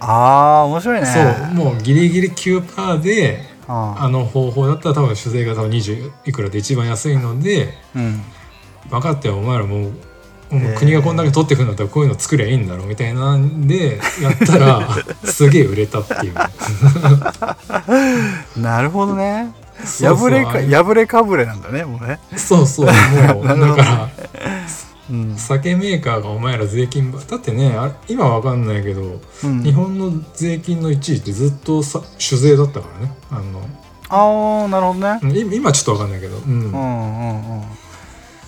[SPEAKER 2] あー面白いね
[SPEAKER 3] そうもうギリギリ9%であ
[SPEAKER 2] あ
[SPEAKER 3] の方法だったら多分酒税が多分20いくらで一番安いので
[SPEAKER 2] うん
[SPEAKER 3] 分かったよお前らもうも
[SPEAKER 2] へ
[SPEAKER 3] う
[SPEAKER 2] え
[SPEAKER 3] 国がこんだけ取ってくるんだったらこういうの作りゃいいんだろうみたいなんでやった らすげえ売れたっていう
[SPEAKER 2] なるほどね
[SPEAKER 3] そうそ
[SPEAKER 2] 破
[SPEAKER 3] う
[SPEAKER 2] れ
[SPEAKER 3] あれ
[SPEAKER 2] か破れかぶれなんだねもうね
[SPEAKER 3] そうそうもう だ
[SPEAKER 2] なるほど
[SPEAKER 3] か
[SPEAKER 2] うん
[SPEAKER 3] ら酒メーカーがお前ら税金ばだってねあれ今は分かんないけど
[SPEAKER 2] うん
[SPEAKER 3] 日本の税金の1位ってずっとさ酒税だったからねあの
[SPEAKER 2] ああなるほどね
[SPEAKER 3] うん今今ちょっと分かんないけどうん
[SPEAKER 2] うんうんうん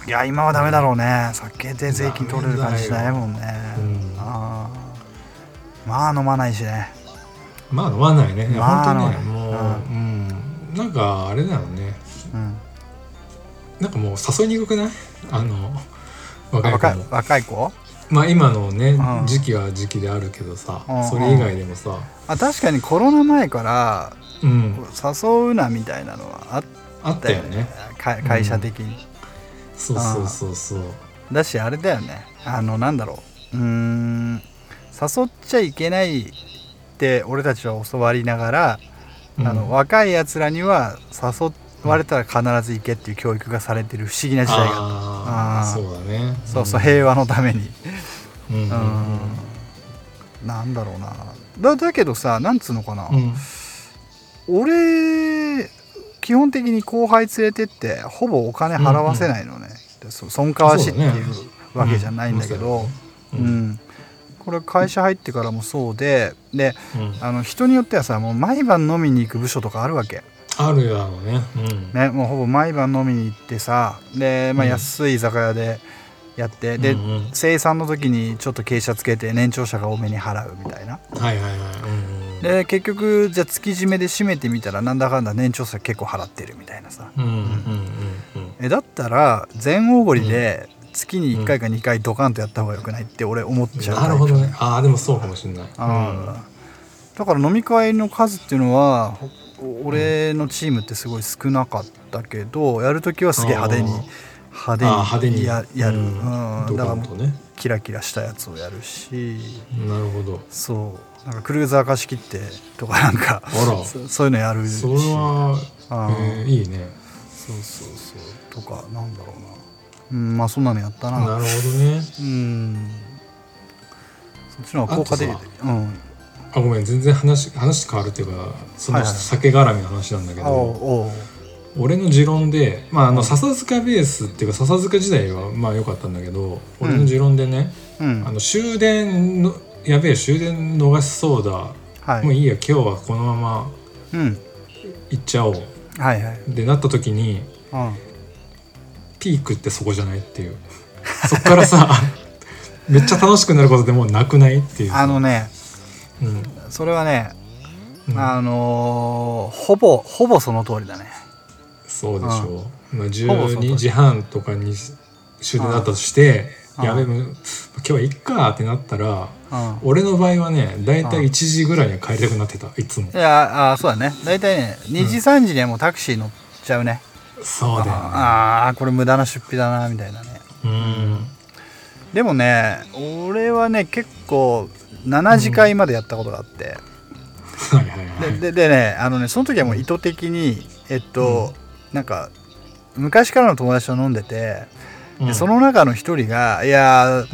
[SPEAKER 2] いや今はダメだろうね酒で税金取れる感じしないもんね
[SPEAKER 3] うん
[SPEAKER 2] あーまあ飲まないしね
[SPEAKER 3] まあ飲まないね、いや
[SPEAKER 2] まあ
[SPEAKER 3] 本当ね
[SPEAKER 2] 飲
[SPEAKER 3] もう、
[SPEAKER 2] まない
[SPEAKER 3] うん、なんかあれだよね
[SPEAKER 2] うん
[SPEAKER 3] なんかもう誘いにくくないあの若い
[SPEAKER 2] 若
[SPEAKER 3] 子
[SPEAKER 2] い
[SPEAKER 3] も
[SPEAKER 2] 若い子
[SPEAKER 3] まあ今のね、
[SPEAKER 2] うん
[SPEAKER 3] 時期は時期であるけどさ、
[SPEAKER 2] うん
[SPEAKER 3] それ以外でもさ、
[SPEAKER 2] あ確かにコロナ前から
[SPEAKER 3] うん、
[SPEAKER 2] 誘うなみたいなのはあっ
[SPEAKER 3] あったた
[SPEAKER 2] よ
[SPEAKER 3] よ
[SPEAKER 2] ね
[SPEAKER 3] ね
[SPEAKER 2] か会社的に、
[SPEAKER 3] そうそうそうそう
[SPEAKER 2] だしあれだよねあのなんだろううーん誘っちゃいけないって俺たちは教わりながら、
[SPEAKER 3] うん
[SPEAKER 2] あの若いやつらには誘われたら必ず行けっていう教育がされてる不思議な時代
[SPEAKER 3] あ
[SPEAKER 2] があ
[SPEAKER 3] あ
[SPEAKER 2] ー
[SPEAKER 3] そうだね
[SPEAKER 2] そうそう平和のために
[SPEAKER 3] うんうんう
[SPEAKER 2] うんんなんだろうなだだけどさなんつうのかな、
[SPEAKER 3] うん
[SPEAKER 2] 俺基本的に後輩連れてってほぼお金払わせないのね、でそ損かわしっていう
[SPEAKER 3] そう
[SPEAKER 2] わけじゃないんだけど、
[SPEAKER 3] うそう
[SPEAKER 2] うんん
[SPEAKER 3] だよね
[SPEAKER 2] これ会社入ってからもそうでで
[SPEAKER 3] うん
[SPEAKER 2] あの人によってはさもう毎晩飲みに行く部署とかあるわけ、
[SPEAKER 3] あるやろうねうん
[SPEAKER 2] ね、もうほぼ毎晩飲みに行ってさで、まあ、
[SPEAKER 3] うん
[SPEAKER 2] 安い居酒屋でやって、で、
[SPEAKER 3] うんうん
[SPEAKER 2] 生産の時にちょっと傾斜つけて年長者が多めに払うみたいな
[SPEAKER 3] はいはいはいうんうん
[SPEAKER 2] で結局じゃあ月締めで締めてみたらなんだかんだ年長者結構払ってるみたいなさ
[SPEAKER 3] うんうんうんうん
[SPEAKER 2] えだったら全おごりで月に1回か2回ドカンとやった方がよくないって俺思っちゃうタイ
[SPEAKER 3] なるほ
[SPEAKER 2] プ
[SPEAKER 3] どねああでもそうかもしれない
[SPEAKER 2] あーだから飲み会の数っていうのはほ俺のチームってすごい少なかったけどやるときはすげえ派手に
[SPEAKER 3] あー
[SPEAKER 2] 派手
[SPEAKER 3] ああ
[SPEAKER 2] に
[SPEAKER 3] 派手に
[SPEAKER 2] ややる、
[SPEAKER 3] う
[SPEAKER 2] うんん
[SPEAKER 3] ド
[SPEAKER 2] だか
[SPEAKER 3] カン
[SPEAKER 2] ら
[SPEAKER 3] とね
[SPEAKER 2] キラキラしたやつをやるし
[SPEAKER 3] なるほど
[SPEAKER 2] そうなんかクルーザー貸し切ってとかなんか
[SPEAKER 3] あら
[SPEAKER 2] そそういうのやるし
[SPEAKER 3] それは
[SPEAKER 2] あ
[SPEAKER 3] えー
[SPEAKER 2] ー
[SPEAKER 3] いいね
[SPEAKER 2] そうそうそうとかなんだろうな、うん、まあそんなのやったな
[SPEAKER 3] なるほどね
[SPEAKER 2] うんそっちの方が効果的で
[SPEAKER 3] あとさ
[SPEAKER 2] うん
[SPEAKER 3] あごめん全然話話変わるというかそ
[SPEAKER 2] は
[SPEAKER 3] の
[SPEAKER 2] いはい
[SPEAKER 3] 酒絡みの話なんだけど、
[SPEAKER 2] あおう
[SPEAKER 3] 俺の持論で、まあ、あ
[SPEAKER 2] う
[SPEAKER 3] の
[SPEAKER 2] ん
[SPEAKER 3] 笹塚ベースっていうか笹塚時代はまあ良かったんだけど
[SPEAKER 2] うん
[SPEAKER 3] 俺の持論でね、
[SPEAKER 2] うん
[SPEAKER 3] あの終電のやべえ終電逃しそうだ、
[SPEAKER 2] はい
[SPEAKER 3] もういいや今日はこのまま
[SPEAKER 2] うん
[SPEAKER 3] 行っちゃおう
[SPEAKER 2] はいはい
[SPEAKER 3] でなった時に
[SPEAKER 2] うん
[SPEAKER 3] ピークってそこじゃないっていうそっから さめっちゃ楽しくなることでもうなくないっていう
[SPEAKER 2] あのね
[SPEAKER 3] うん
[SPEAKER 2] それはね、
[SPEAKER 3] うん
[SPEAKER 2] あのーほぼほぼその通りだね
[SPEAKER 3] そうでしょう、まあ、
[SPEAKER 2] ほぼそ
[SPEAKER 3] 12
[SPEAKER 2] の通り
[SPEAKER 3] 時半とかに終電だったとして
[SPEAKER 2] うん
[SPEAKER 3] やべえもう今日はいっかってなったら
[SPEAKER 2] うん
[SPEAKER 3] 俺の場合はねだいた
[SPEAKER 2] う
[SPEAKER 3] い
[SPEAKER 2] ん
[SPEAKER 3] 1時ぐらいには帰りたくなってたいつも
[SPEAKER 2] いやあそうだね大体ね2時3時にはもうタクシー乗っちゃうね、
[SPEAKER 3] そうだ
[SPEAKER 2] ああこれ無駄な出費だなみたいなね
[SPEAKER 3] よねうん
[SPEAKER 2] でもね俺はね結構7次会までやったことがあって、
[SPEAKER 3] はいはいはい
[SPEAKER 2] でででねあのねその時はもう意図的にえっと、なんか昔からの友達と飲んでて、でその中の一人が「いやー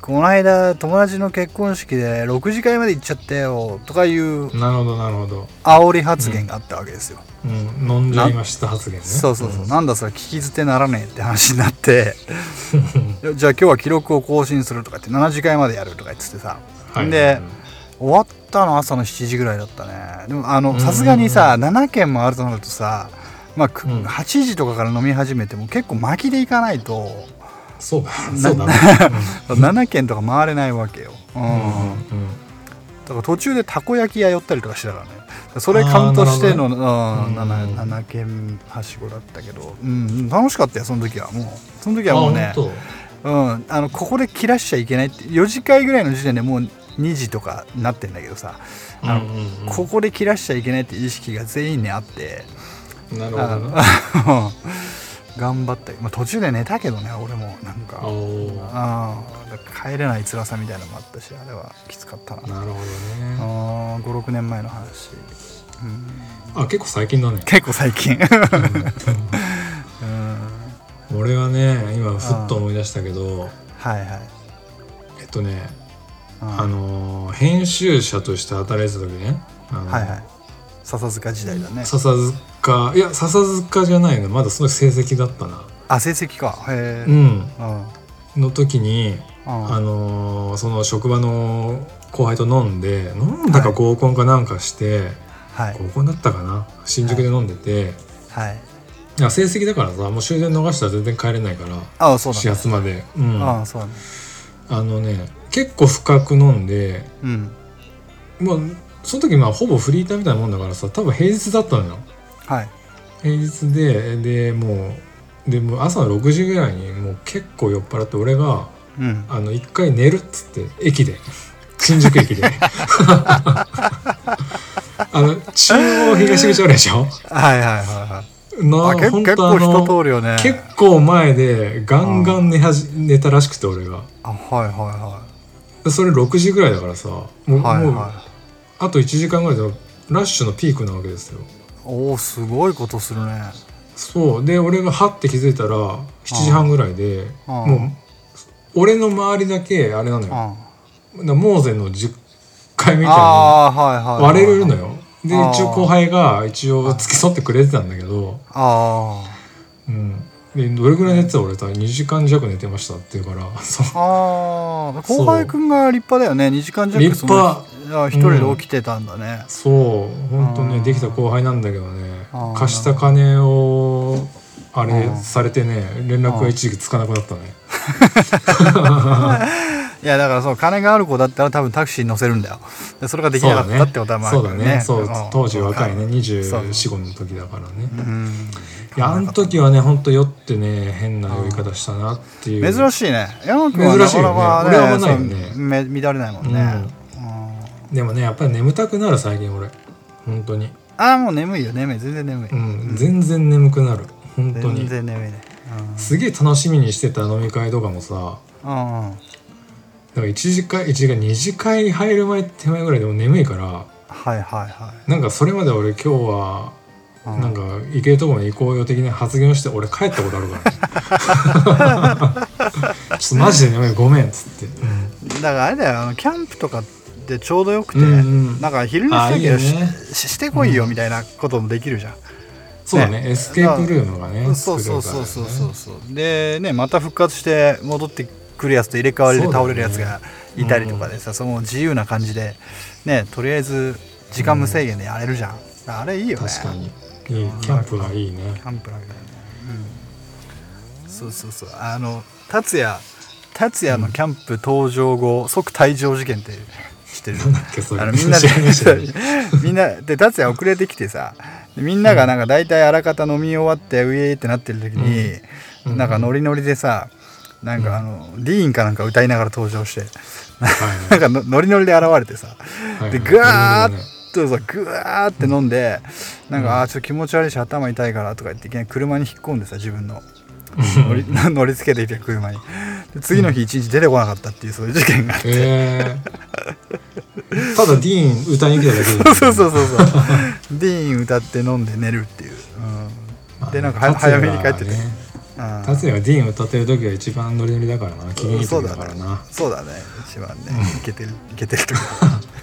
[SPEAKER 2] この間友達の結婚式で6次会まで行っちゃったよ」とかいう
[SPEAKER 3] なるほどなるほど、
[SPEAKER 2] 煽り発言があったわけですよ。
[SPEAKER 3] うん、飲んじゃいました発言ね
[SPEAKER 2] そうそうそう、なんだそれ聞き捨てならねえって話になって じゃあ今日は記録を更新するとか言って7次会までやるとか言っててさ、
[SPEAKER 3] はい
[SPEAKER 2] で終わったの朝の7時ぐらいだったねでもあ
[SPEAKER 3] う
[SPEAKER 2] の
[SPEAKER 3] ん
[SPEAKER 2] さすがにさ7軒もあるとなるとさ、まあく
[SPEAKER 3] うん
[SPEAKER 2] 8時とかから飲み始めても結構巻きでいかないと
[SPEAKER 3] そうだそうだ、
[SPEAKER 2] 7軒とか回れないわけよ、うん
[SPEAKER 3] うん
[SPEAKER 2] だから途中でたこ焼き屋寄ったりとかしてたからねそれカウントしての、うん、7, 7軒はしごだったけど、うん、楽しかったよその時はもうその時はもう
[SPEAKER 3] あ
[SPEAKER 2] ね
[SPEAKER 3] 本
[SPEAKER 2] うん、あのここで切らしちゃいけないって4時回ぐらいの時点でもう2時とかなってんだけどさ、
[SPEAKER 3] 当
[SPEAKER 2] あ
[SPEAKER 3] う
[SPEAKER 2] の
[SPEAKER 3] んうんうん
[SPEAKER 2] ここで切らしちゃいけないっていう意識が全員にあって、
[SPEAKER 3] なるほ
[SPEAKER 2] あ
[SPEAKER 3] ど
[SPEAKER 2] の
[SPEAKER 3] な
[SPEAKER 2] 頑張ったよ、まあ、途中で寝たけどね俺もなんか
[SPEAKER 3] おお
[SPEAKER 2] あーだから帰れない辛さみたいなのもあったしあれはきつかったな
[SPEAKER 3] なるほどね
[SPEAKER 2] あ56年前の話、うん、
[SPEAKER 3] あ結構最近だね
[SPEAKER 2] 結構最 近うん
[SPEAKER 3] 俺はね今ふっと思い出したけど
[SPEAKER 2] はいはい
[SPEAKER 3] えっとね
[SPEAKER 2] うん
[SPEAKER 3] あのー編集者として働いてた時ねあの
[SPEAKER 2] はいはい笹塚時代だね
[SPEAKER 3] 笹塚いや笹塚じゃないのまだすごい成績だったな
[SPEAKER 2] あ成績かへ
[SPEAKER 3] う
[SPEAKER 2] え
[SPEAKER 3] ん
[SPEAKER 2] うんうん
[SPEAKER 3] の時にあ
[SPEAKER 2] あ
[SPEAKER 3] のーその職場の後輩と飲んで飲んだか合コンかなんかして、
[SPEAKER 2] はい
[SPEAKER 3] 合コンだったかな新宿で飲んでて、
[SPEAKER 2] はい
[SPEAKER 3] いや成績だからさもう終電逃したら全然帰れないから
[SPEAKER 2] あそうだ
[SPEAKER 3] 始
[SPEAKER 2] ね
[SPEAKER 3] 発まで、うん、
[SPEAKER 2] あ
[SPEAKER 3] あ
[SPEAKER 2] あそうだね
[SPEAKER 3] のね結構深く飲んで
[SPEAKER 2] うん
[SPEAKER 3] もうその時まあほぼフリーターみたいなもんだからさ多分平日だったのよ
[SPEAKER 2] はい
[SPEAKER 3] 平日ででもうでもう朝の6時ぐらいにもう結構酔っ払って俺が
[SPEAKER 2] うん
[SPEAKER 3] あの一回寝るっつって駅で新宿駅で あの中央東口あるでしょ
[SPEAKER 2] はいはいはいはい
[SPEAKER 3] な
[SPEAKER 2] あ結
[SPEAKER 3] ほん
[SPEAKER 2] 結
[SPEAKER 3] とあ
[SPEAKER 2] 構
[SPEAKER 3] の
[SPEAKER 2] 人通るよね
[SPEAKER 3] 結構前でガンガン寝はじ寝たらしくて俺が
[SPEAKER 2] あはいはいは
[SPEAKER 3] でそれ6時ぐらいだからさもう,、
[SPEAKER 2] いはい
[SPEAKER 3] もう
[SPEAKER 2] は
[SPEAKER 3] あと1時間ぐらいでラッシュのピークなわけですよ
[SPEAKER 2] いおおすごいことするね
[SPEAKER 3] そうで俺がハッて気づいたら7時半ぐらいで
[SPEAKER 2] あ
[SPEAKER 3] もう俺の周りだけあれなのよ
[SPEAKER 2] あ
[SPEAKER 3] だからモーゼの10回みたいな
[SPEAKER 2] あーはいはいはい
[SPEAKER 3] 割れるのよで
[SPEAKER 2] あー
[SPEAKER 3] 一応後輩が一応付き添ってくれてたんだけど
[SPEAKER 2] あ
[SPEAKER 3] うんでどれぐらい寝てた俺た2時間弱寝てましたっていうから そう
[SPEAKER 2] あああ後輩くんが立派だよね2時間弱
[SPEAKER 3] 立派
[SPEAKER 2] そのあ一人で起きてたんだね、
[SPEAKER 3] そう本当
[SPEAKER 2] あ
[SPEAKER 3] ね
[SPEAKER 2] ー
[SPEAKER 3] できた後輩なんだけどね
[SPEAKER 2] あー
[SPEAKER 3] 貸した金をあれ
[SPEAKER 2] うん
[SPEAKER 3] されてね連絡が一時期つかなくなったね
[SPEAKER 2] いやだからそう金がある子だったら多分タクシーに乗せるんだよでそれができ
[SPEAKER 3] そう
[SPEAKER 2] なか
[SPEAKER 3] だ
[SPEAKER 2] ったってことはまあ
[SPEAKER 3] そうだねそう当時若いね
[SPEAKER 2] そう
[SPEAKER 3] 245の時だからね
[SPEAKER 2] うん
[SPEAKER 3] いやあの時はね本当酔ってね変な酔い方したなっていう
[SPEAKER 2] 珍しいね山君は
[SPEAKER 3] 珍
[SPEAKER 2] な
[SPEAKER 3] しいよね
[SPEAKER 2] かな
[SPEAKER 3] 俺は
[SPEAKER 2] か
[SPEAKER 3] あんまないよ
[SPEAKER 2] ね
[SPEAKER 3] ね
[SPEAKER 2] そうめ乱れないもんね、うん
[SPEAKER 3] でもねやっぱり眠たくなる最近俺本当に
[SPEAKER 2] ああもう眠いよ眠い全然眠い、
[SPEAKER 3] うん全然眠くなる本当
[SPEAKER 2] 全
[SPEAKER 3] に
[SPEAKER 2] 然眠いね
[SPEAKER 3] すげえ楽しみにしてた飲み会とかもさ
[SPEAKER 2] うん、うんうん、
[SPEAKER 3] だから1次会1次会2次会に入る前手前ぐらいでも眠いから
[SPEAKER 2] はいはいは
[SPEAKER 3] なんかそれまで俺今日は
[SPEAKER 2] い、う
[SPEAKER 3] なんか行けるとこまで行こうよ的な発言をして俺帰ったことある からねちょっとマジで眠いごめんっつって、
[SPEAKER 2] だからあれだよあのキャンプとかでちょうどよくて、
[SPEAKER 3] うんうん
[SPEAKER 2] なんか昼寝
[SPEAKER 3] あ
[SPEAKER 2] した
[SPEAKER 3] いい
[SPEAKER 2] け
[SPEAKER 3] よ
[SPEAKER 2] ど
[SPEAKER 3] ね
[SPEAKER 2] しししてこいよみたいなこともできるじゃん、
[SPEAKER 3] そうだねエスケープルームがね
[SPEAKER 2] そう
[SPEAKER 3] 作れ
[SPEAKER 2] そう
[SPEAKER 3] るから
[SPEAKER 2] そ
[SPEAKER 3] ね
[SPEAKER 2] うそうそうそうでねまた復活して戻ってくるやつと入れ替わりで倒れるやつがいたりとかでさそ,、の自由な感じでねとりあえず時間無制限でやれるじゃん、あれいいよね
[SPEAKER 3] 確かにいいキャンプはいいね
[SPEAKER 2] キャンプだけどね、うん、そうそうそうあの達也達也のキャンプ登場後、即退場事件って 知ってる
[SPEAKER 3] なんだっけそれ
[SPEAKER 2] あのみん なで
[SPEAKER 3] 知らない知らない
[SPEAKER 2] みんなで達也遅れてきてさでみんながなんか大体あらかた飲み終わってウェーってなってる時に、
[SPEAKER 3] うん
[SPEAKER 2] なんかノリノリでさなんかあの、ディーンかなんか歌いながら登場して
[SPEAKER 3] は
[SPEAKER 2] なんかのノリノリで現れてさ
[SPEAKER 3] いはい
[SPEAKER 2] で
[SPEAKER 3] はい
[SPEAKER 2] ぐわーっとさぐわーって飲んで、なんかあーちょっと気持ち悪いし頭 痛いからとか言っていきなり車に引っ込んでさ自分の乗り乗りつけてきて車にで次の日一日出てこなかったっていうそういう事件があって、
[SPEAKER 3] えー、ただディーン歌いに来ただけでいいんだ
[SPEAKER 2] そうそうそうそうディーン歌って飲んで寝るっていう、うん、 でなんかは
[SPEAKER 3] 達
[SPEAKER 2] 早
[SPEAKER 3] 也
[SPEAKER 2] め
[SPEAKER 3] が
[SPEAKER 2] に帰ってて、
[SPEAKER 3] ね
[SPEAKER 2] うん
[SPEAKER 3] 達也がディーン歌ってる時が一番ノリノリだからな気に入って
[SPEAKER 2] そう
[SPEAKER 3] だ
[SPEAKER 2] だ
[SPEAKER 3] から
[SPEAKER 2] ね
[SPEAKER 3] な、
[SPEAKER 2] そうだね一番ねいけてるいけてる とか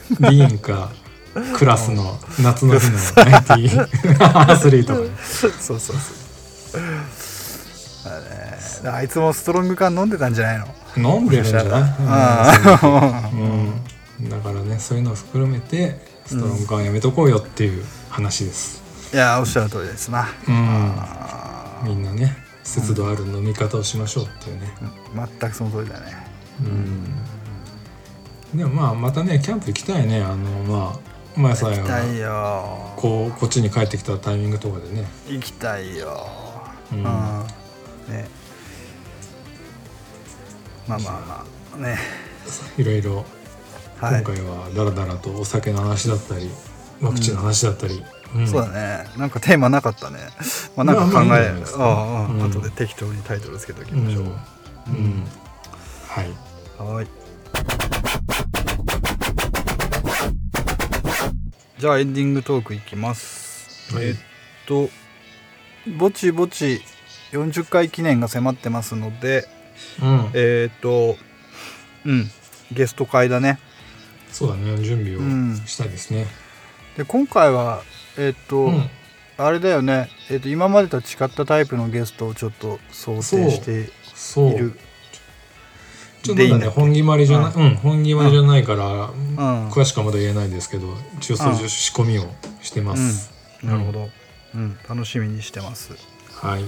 [SPEAKER 3] ディーンかクラスの夏の日のナイティー アスリートがね
[SPEAKER 2] そうそうそうだねだからあいつもストロング缶飲んでたんじゃないの
[SPEAKER 3] 飲んでるんじゃ
[SPEAKER 2] あ
[SPEAKER 3] ない、うん、だからねそういうのを含めてストロングはやめとこうよっていう話です、
[SPEAKER 2] いやおっしゃる通りですな
[SPEAKER 3] うんみんなね節度ある飲み方をしましょうっていうね、
[SPEAKER 2] 全くその通りだね
[SPEAKER 3] うん、でもまあまたねキャンプ行きたいねあのまあ前さえ
[SPEAKER 2] 行きたいよ
[SPEAKER 3] こうこっちに帰ってきたタイミングとかでね
[SPEAKER 2] 行きたいよ
[SPEAKER 3] う
[SPEAKER 2] うんんねまあまあまあね
[SPEAKER 3] いろいろ
[SPEAKER 2] は
[SPEAKER 3] 今
[SPEAKER 2] い
[SPEAKER 3] 回はダラダラとお酒の話だったりワクチンの話だったり、うん
[SPEAKER 2] そうだねなんかテーマなかったねまあなんか考
[SPEAKER 3] まあまあいいんじゃ
[SPEAKER 2] え
[SPEAKER 3] ないですか
[SPEAKER 2] ああ
[SPEAKER 3] うん
[SPEAKER 2] 後で適当にタイトルつけておき
[SPEAKER 3] うん
[SPEAKER 2] ましょう
[SPEAKER 3] うんはい
[SPEAKER 2] はい。じゃあエンディングトークいきます。
[SPEAKER 3] はい
[SPEAKER 2] えっと、ぼちぼち40回記念が迫ってますので、
[SPEAKER 3] うん
[SPEAKER 2] えっと、うん、ゲスト会だね。
[SPEAKER 3] そうだね準備
[SPEAKER 2] うん
[SPEAKER 3] をしたいですね
[SPEAKER 2] で、今回は、えっと、
[SPEAKER 3] うん
[SPEAKER 2] あれだよね、えっと、今までとは違ったタイプのゲストをちょっと想定して
[SPEAKER 3] そう
[SPEAKER 2] いる。
[SPEAKER 3] ちょっと
[SPEAKER 2] でいい
[SPEAKER 3] ま
[SPEAKER 2] ん
[SPEAKER 3] だね
[SPEAKER 2] だっけ
[SPEAKER 3] 本決まりじゃない、うん、本決まりじゃないから、
[SPEAKER 2] ん
[SPEAKER 3] 詳しくはまだ言えないですけど一応そういう仕込みをしてます、うん
[SPEAKER 2] なるほど。うん、楽しみにしてます。
[SPEAKER 3] はい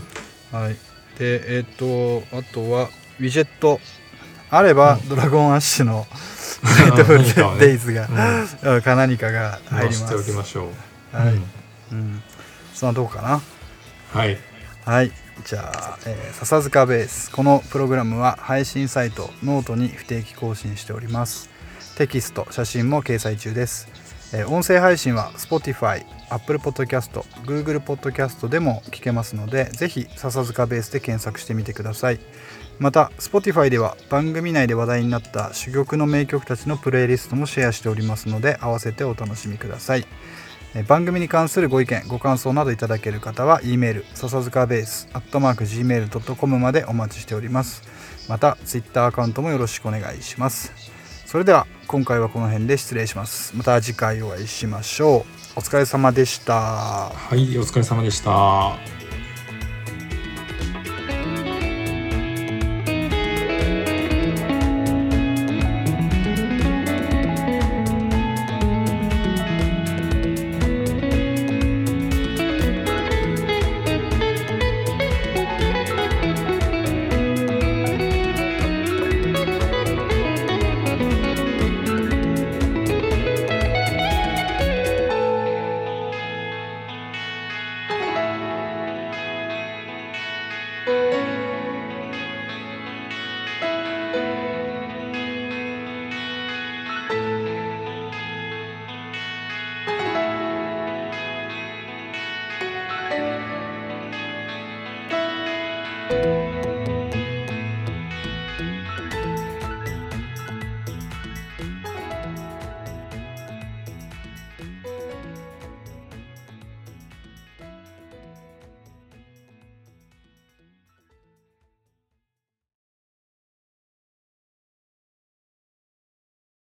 [SPEAKER 2] はい、でえっ、とあとはウィジェットあれば、ドラゴンアッシ ュのナイトフル
[SPEAKER 3] 何かをね
[SPEAKER 2] デイズが、うん、か何かが入りま
[SPEAKER 3] 知っておき
[SPEAKER 2] す
[SPEAKER 3] ましょう
[SPEAKER 2] は
[SPEAKER 3] う
[SPEAKER 2] い
[SPEAKER 3] ん
[SPEAKER 2] うん、そんなとこかな
[SPEAKER 3] はい
[SPEAKER 2] はいじゃあ、えー笹塚ベースこのプログラムは配信サイトノートに不定期更新しておりますテキスト写真も掲載中です、えー音声配信は Spotify、Apple Podcast、Google Podcast でも聞けますのでぜひ笹塚ベースで検索してみてくださいまた Spotify では番組内で話題になった珠玉の名曲たちのプレイリストもシェアしておりますので合わせてお楽しみくださいえー番組に関するご意見ご感想などいただける方は E メール笹塚ベースアットマーク Gmail.com までお待ちしておりますまた Twitter アカウントもよろしくお願いしますそれでは今回はこの辺で失礼しますまた次回お会いしましょうお疲れ様でした
[SPEAKER 3] はいお疲れ様でした